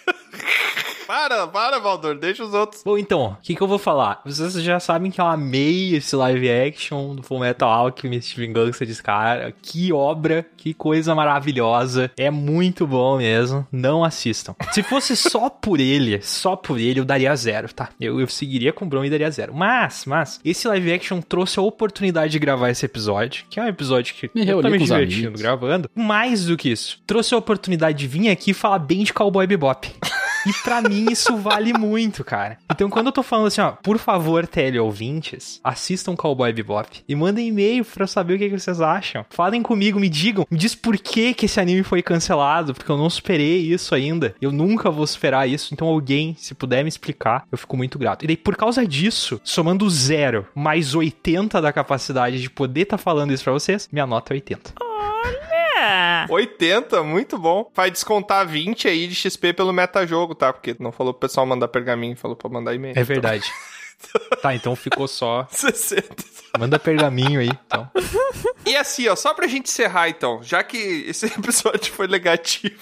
S1: Para, para, Baldur, deixa os outros.
S5: Bom, então, o que, que eu vou falar? Vocês já sabem que eu amei esse live action do Fullmetal Alchemist Vingança de Scar. Que obra, que coisa maravilhosa. É muito bom mesmo. Não assistam. Se fosse só por ele, só por ele, eu daria zero, tá? Eu, eu seguiria com o Bron e daria zero. Mas, mas, esse live action trouxe a oportunidade de gravar esse episódio, que é um episódio que
S6: Me
S5: eu
S6: reuni
S5: tô me
S6: com os
S5: divertindo
S6: amigos.
S5: gravando. Mais do que isso, trouxe a oportunidade de vir aqui falar bem de Cowboy Bebop. E pra mim isso vale muito, cara. Então quando eu tô falando assim, ó, por favor, teleouvintes, assistam Cowboy Bebop e mandem e-mail pra eu saber o que, que vocês acham. Falem comigo, me digam, me diz por que que esse anime foi cancelado, porque eu não superei isso ainda. Eu nunca vou superar isso, então alguém, se puder me explicar, eu fico muito grato. E daí por causa disso, somando zero mais 80 da capacidade de poder estar falando isso pra vocês, minha nota é 80.
S4: É.
S1: 80, muito bom. Vai descontar 20 aí de XP pelo metajogo, tá? Porque não falou pro pessoal mandar pergaminho, falou pra mandar e-mail.
S5: É verdade. tá, então ficou só
S1: 60.
S5: Manda pergaminho aí, então.
S1: E assim, ó, só pra gente encerrar então, já que esse episódio foi negativo.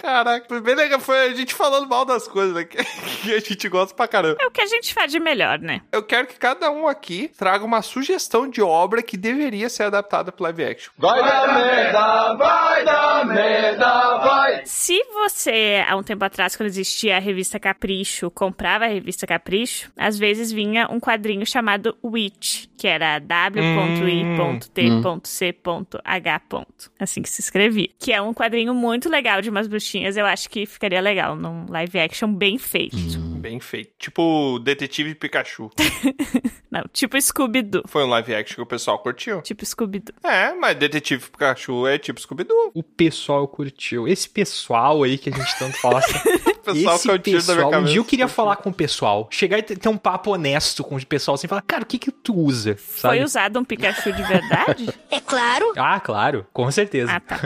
S1: Caraca, foi bem legal, foi a gente falando mal das coisas, né? Que que a gente gosta pra caramba.
S4: É o que a gente faz de melhor, né?
S1: Eu quero que cada um aqui traga uma sugestão de obra que deveria ser adaptada pro live action.
S8: Vai dar merda, vai dar merda, vai!
S4: Se você, há um tempo atrás, quando existia a revista Capricho, comprava a revista Capricho, às vezes vinha um quadrinho chamado Witch, que era w.i.t.c.h. Assim que se escrevia. Que é um quadrinho muito legal de umas bruxinhas. Eu acho que ficaria legal num live action bem feito.
S5: Hum.
S1: Bem feito. Tipo Detetive Pikachu.
S4: Não, tipo Scooby-Doo.
S1: Foi um live action que o pessoal curtiu.
S4: Tipo Scooby-Doo.
S1: É, mas Detetive Pikachu é tipo Scooby-Doo.
S5: O pessoal curtiu. Esse pessoal aí que a gente tanto fala. assim,
S1: O pessoal
S5: esse
S1: que é o tiro da minha
S5: pessoal, um
S1: cabeça.
S5: dia eu queria falar com o pessoal. Chegar e ter ter um papo honesto com o pessoal assim, falar, cara, o que que tu usa?
S4: Foi
S5: Sabe?
S4: usado um Pikachu de verdade?
S5: Ah, claro, com certeza.
S4: ah, tá.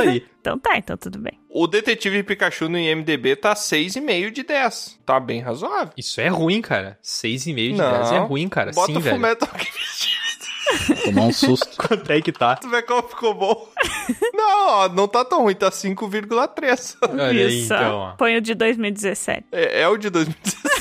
S5: aí.
S4: Então tá, então tudo bem.
S1: O Detetive Pikachu no IMDB tá 6,5 de 10. Tá bem razoável.
S5: Isso é ruim, cara. 6,5 de
S1: Não.
S5: 10 é ruim, cara.
S1: Bota
S5: Sim,
S1: o
S5: velho.
S1: Fullmetal Alchemist.
S6: Tomar um susto.
S5: Quanto é que tá?
S1: Tu vê como ficou bom. não, ó, não tá tão ruim, tá 5,3.
S5: Olha aí,
S4: Isso.
S5: então, ó.
S4: Põe o de 2017.
S1: É, é o de 2016.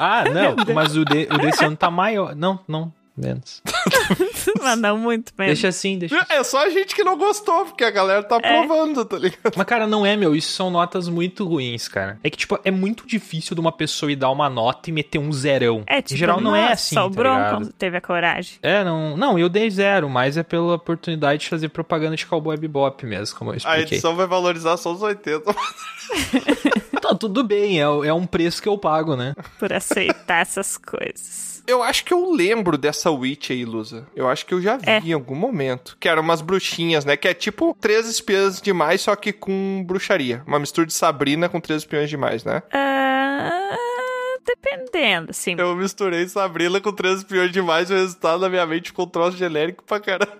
S5: Ah, não, mas o, de, o desse ano tá maior. Não, não, menos.
S4: Mas não muito mesmo.
S5: Deixa assim, deixa assim.
S1: É só a gente que não gostou, porque a galera tá aprovando, tá ligado?
S5: Mas, cara, não é, meu. Isso são notas muito ruins, cara. É que, tipo, é muito difícil de uma pessoa ir dar uma nota e meter um zerão.
S4: É, tipo,
S5: em geral, não é
S4: nossa,
S5: assim,
S4: Só o
S5: tá
S4: Bron
S5: ligado?
S4: quando teve a coragem.
S5: É, não, não, eu dei zero, mas é pela oportunidade de fazer propaganda de Cowboy Bebop mesmo, como eu
S1: A
S5: expliquei.
S1: edição vai valorizar Ah, é só os 80.
S5: Tá tudo bem, é, é um preço que eu pago, né?
S4: Por aceitar essas coisas.
S1: Eu acho que eu lembro dessa Witch aí, Lusa. Eu acho que eu já vi
S4: É.
S1: em algum momento. Que eram umas bruxinhas, né? Que é tipo três espiãs demais, só que com bruxaria. Uma mistura de Sabrina com três espiãs demais, né?
S4: Ah, dependendo, assim.
S1: Eu misturei Sabrina com três espiões demais e o resultado na minha mente ficou um troço genérico pra caramba.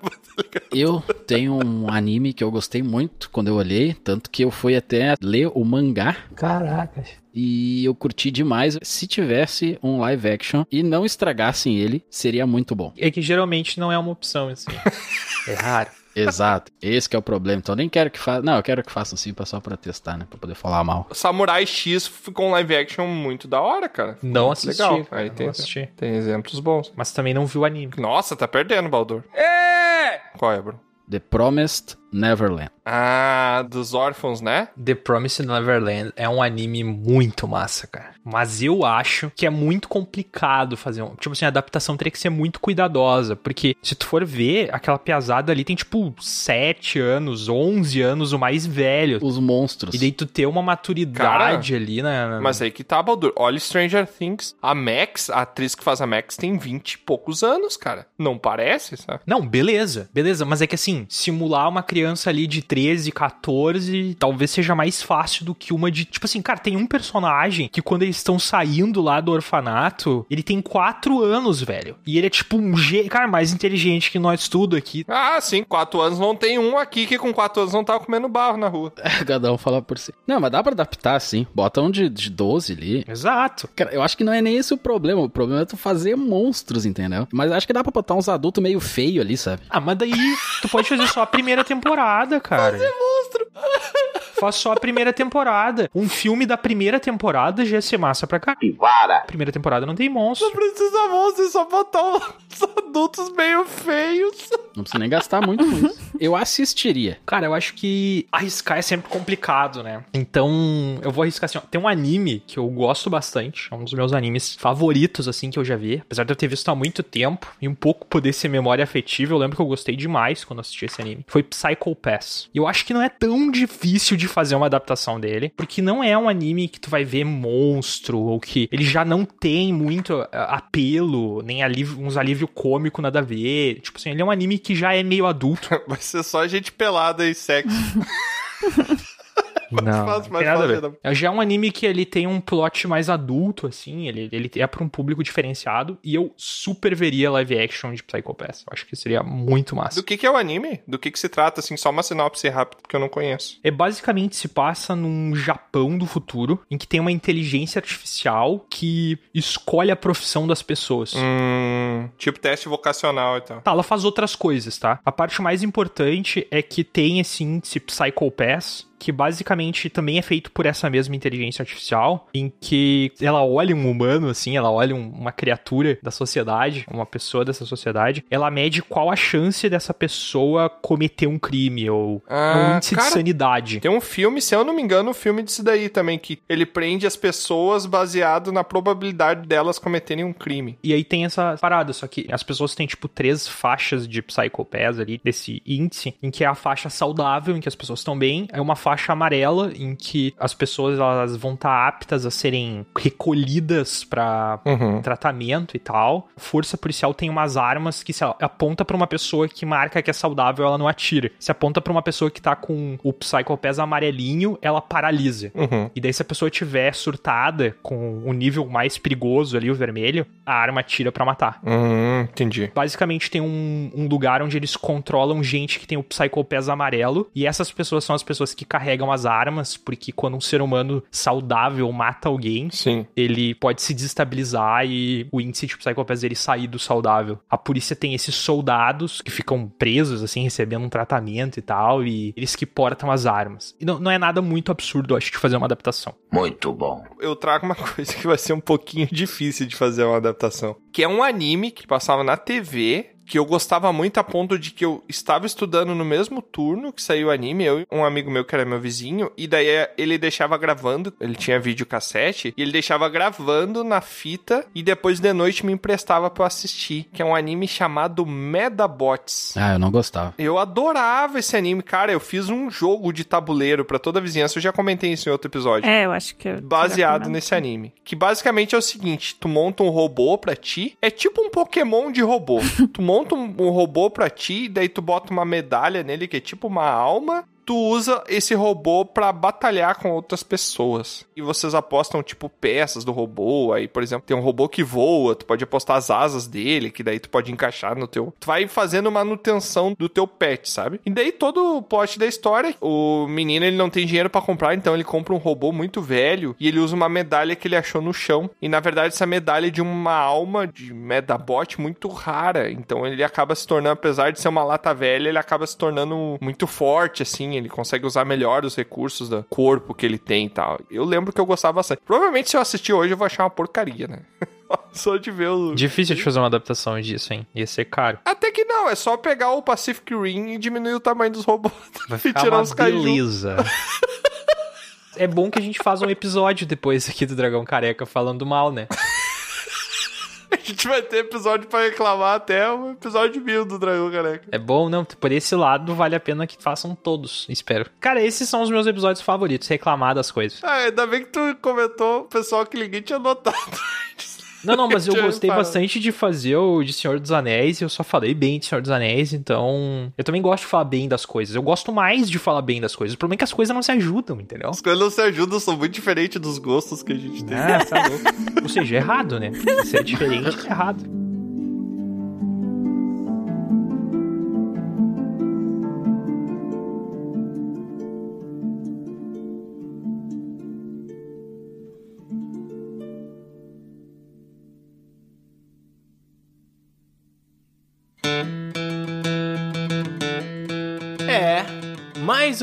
S6: Eu tenho um anime que eu gostei muito quando eu olhei, tanto que eu fui até ler o mangá
S5: Caraca.
S6: e eu curti demais. Se tivesse um live action e não estragassem ele, seria muito bom.
S5: É que geralmente não é uma opção, assim. É raro.
S6: Exato. Esse que é o problema. Então eu nem quero que façam. Não, eu quero que façam sim, pra- só pra testar, né? Pra poder falar mal.
S1: Samurai X ficou um live action muito da hora, cara.
S5: Não assisti,
S1: Legal.
S5: cara,
S1: Aí
S5: não
S1: tem-
S5: assisti.
S1: Tem exemplos bons.
S5: Mas também não vi o anime.
S1: Nossa, tá perdendo, Baldur. É! Qual é, bro?
S6: The Promised Neverland.
S1: Ah, dos órfãos, né?
S5: The Promised Neverland é um anime muito massa, cara. Mas eu acho que é muito complicado fazer um. Tipo assim, a adaptação teria que ser muito cuidadosa. Porque se tu for ver, aquela piazada ali tem tipo 7 anos, 11 anos, o mais velho.
S6: Os monstros.
S5: E daí tu ter uma maturidade ali, né? na-
S1: Mas aí que tá, Baldur. Olha Stranger Things. A Max, a atriz que faz a Max, tem 20 e poucos anos, cara. Não parece, sabe?
S5: Não, beleza, beleza, mas é que assim, simular uma criança ali de 13, 14, talvez seja mais fácil do que uma de. Tipo assim, cara, tem um personagem que quando eles estão saindo lá do orfanato, ele tem 4 anos, velho. E ele é tipo um gê. Cara, mais inteligente que nós tudo aqui.
S1: Ah, sim, 4 anos não tem um aqui que com 4 anos não tava comendo barro na rua.
S6: Cada um falar por si. Não, mas dá pra adaptar sim. Bota um de, de 12 ali.
S5: Exato.
S6: Cara, eu acho que não é nem esse o problema. O problema é tu fazer monstros, entendeu? Mas acho que dá pra botar uns adultos meio feio ali, sabe?
S5: Ah, mas daí tu pode fazer só a primeira temporada, cara. Fazer monstro. Faz só a primeira temporada. Um filme da primeira temporada já ia ser massa pra cá.
S8: Pivara!
S5: Primeira temporada não tem monstro.
S1: Precisa você só botar uns adultos meio feios.
S6: Não precisa nem gastar muito com isso. Eu assistiria.
S5: Cara, eu acho que arriscar é sempre complicado, né? Então, eu vou arriscar assim. Ó. Tem um anime que eu gosto bastante, é um dos meus animes favoritos, assim, que eu já vi. Apesar de eu ter visto há muito tempo e um pouco poder ser memória afetiva, eu lembro que eu gostei demais quando assisti esse anime. Foi Psycho Pass. E eu acho que não é tão difícil de fazer uma adaptação dele, porque não é um anime que tu vai ver monstro ou que ele já não tem muito ah, apelo, nem alívio, uns alívio cômico nada a ver. Tipo assim, ele é um anime que já é meio adulto.
S1: Vai ser só gente pelada e sexo.
S5: Não.
S1: Faz
S5: não tem
S1: mais
S5: nada a
S1: fácil
S5: ver.
S1: ainda.
S5: É já um anime que ele tem um plot mais adulto, assim, ele, ele é pra um público diferenciado, e eu super veria live action de Psycho Pass. Eu acho que seria muito massa.
S1: Do que, que é o anime? Do que, que se trata, assim, só uma sinopse rápida porque eu não conheço.
S5: É basicamente se passa num Japão do futuro, em que tem uma inteligência artificial que escolhe a profissão das pessoas.
S1: Hum, tipo teste vocacional e tal.
S5: Tá, ela faz outras coisas, tá? A parte mais importante é que tem esse índice Psycho Pass, que basicamente também é feito por essa mesma inteligência artificial, em que ela olha um humano, assim, ela olha um- uma criatura da sociedade, uma pessoa dessa sociedade, ela mede qual a chance dessa pessoa cometer um crime ou é um
S1: Ah,
S5: índice de
S1: cara,
S5: sanidade.
S1: Tem um filme, se eu não me engano, um filme disso daí também, que ele prende as pessoas baseado na probabilidade delas cometerem um crime.
S5: E aí tem essa parada, só que as pessoas têm, tipo, três faixas de psychopaths ali, desse índice, em que é a faixa saudável, em que as pessoas estão bem, é uma faixa amarela, em que as pessoas elas vão estar aptas a serem recolhidas pra
S1: Uhum.
S5: tratamento e tal. A força policial tem umas armas que, se ela aponta pra uma pessoa que marca que é saudável, ela não atira. Se aponta pra uma pessoa que tá com o psychopath amarelinho, ela paralisa.
S1: Uhum.
S5: E daí, se a pessoa tiver surtada com o nível mais perigoso ali, o vermelho, a arma tira pra matar.
S1: Hum, entendi.
S5: Basicamente, tem um, um lugar onde eles controlam gente que tem o Psychopass amarelo. E essas pessoas são as pessoas que carregam as armas, porque quando um ser humano saudável mata alguém,
S1: Sim.
S5: ele pode se desestabilizar e o índice de psicopatia dele sair do saudável. A polícia tem esses soldados que ficam presos, assim, recebendo um tratamento e tal, e eles que portam as armas. E não, não é nada muito absurdo, eu acho, de fazer uma adaptação.
S9: Muito bom.
S1: Eu trago uma coisa que vai ser um pouquinho difícil de fazer uma adaptação. Que é um anime que passava na TV, que eu gostava muito a ponto de que eu estava estudando no mesmo turno que saiu o anime, eu e um amigo meu que era meu vizinho, e daí eh, ele deixava gravando, ele tinha videocassete, e ele deixava gravando na fita, e depois de noite me emprestava pra eu assistir, que é um anime chamado Medabots.
S6: Ah, eu não gostava.
S1: Eu adorava esse anime, cara. Eu fiz um jogo de tabuleiro pra toda a vizinhança. Eu já comentei isso em outro episódio.
S4: É, eu acho que. eu-
S1: Baseado nesse anime. Que basicamente é o seguinte: tu monta um robô pra ti. É tipo um Pokémon de robô. tu monta um, um robô pra ti, daí tu bota uma medalha nele, que é tipo uma alma. Tu usa esse robô pra batalhar com outras pessoas. E vocês apostam, tipo, peças do robô. Aí, por exemplo, tem um robô que voa, tu pode apostar as asas dele, que daí tu pode encaixar no teu. Tu vai fazendo manutenção do teu pet, sabe? E daí todo o plot da história, o menino ele não tem dinheiro pra comprar, então ele compra um robô muito velho e ele usa uma medalha que ele achou no chão. E na verdade essa medalha é de uma alma de Medabot muito rara. Então ele acaba se tornando, apesar de ser uma lata velha, ele acaba se tornando muito forte, assim. Ele consegue usar melhor os recursos do corpo que ele tem e tal. Eu lembro que eu gostava bastante. Provavelmente se eu assistir hoje eu vou achar uma porcaria, né? Só de ver o.
S5: Difícil de fazer uma adaptação disso, hein? Ia ser caro.
S1: Até que não, é só pegar o Pacific Rim e diminuir o tamanho dos robôs
S5: Vai
S1: e
S5: ficar
S1: tirar
S5: uma
S1: os caju.
S5: beleza. é bom que a gente faz um episódio depois aqui do Dragão Careca falando mal, né?
S1: A gente vai ter episódio pra reclamar até o episódio mil do Dragão Careca.
S5: É bom, não. Por esse lado, vale a pena que façam todos, espero. Cara, esses são os meus episódios favoritos, reclamar das coisas.
S1: Ah, ainda bem que tu comentou, pessoal, que ninguém tinha notado.
S5: Não, não, mas eu
S1: Tinha me
S5: gostei
S1: parado.
S5: bastante de fazer o de Senhor dos Anéis, e eu só falei bem de Senhor dos Anéis, então. Eu também gosto de falar bem das coisas. Eu gosto mais de falar bem das coisas. O problema é que as coisas não se ajudam, entendeu?
S1: As coisas não se ajudam, são muito diferentes dos gostos que a gente tem.
S5: Ah, tá louco. Ou seja, é errado, né? Se é diferente, é errado.
S2: É, mais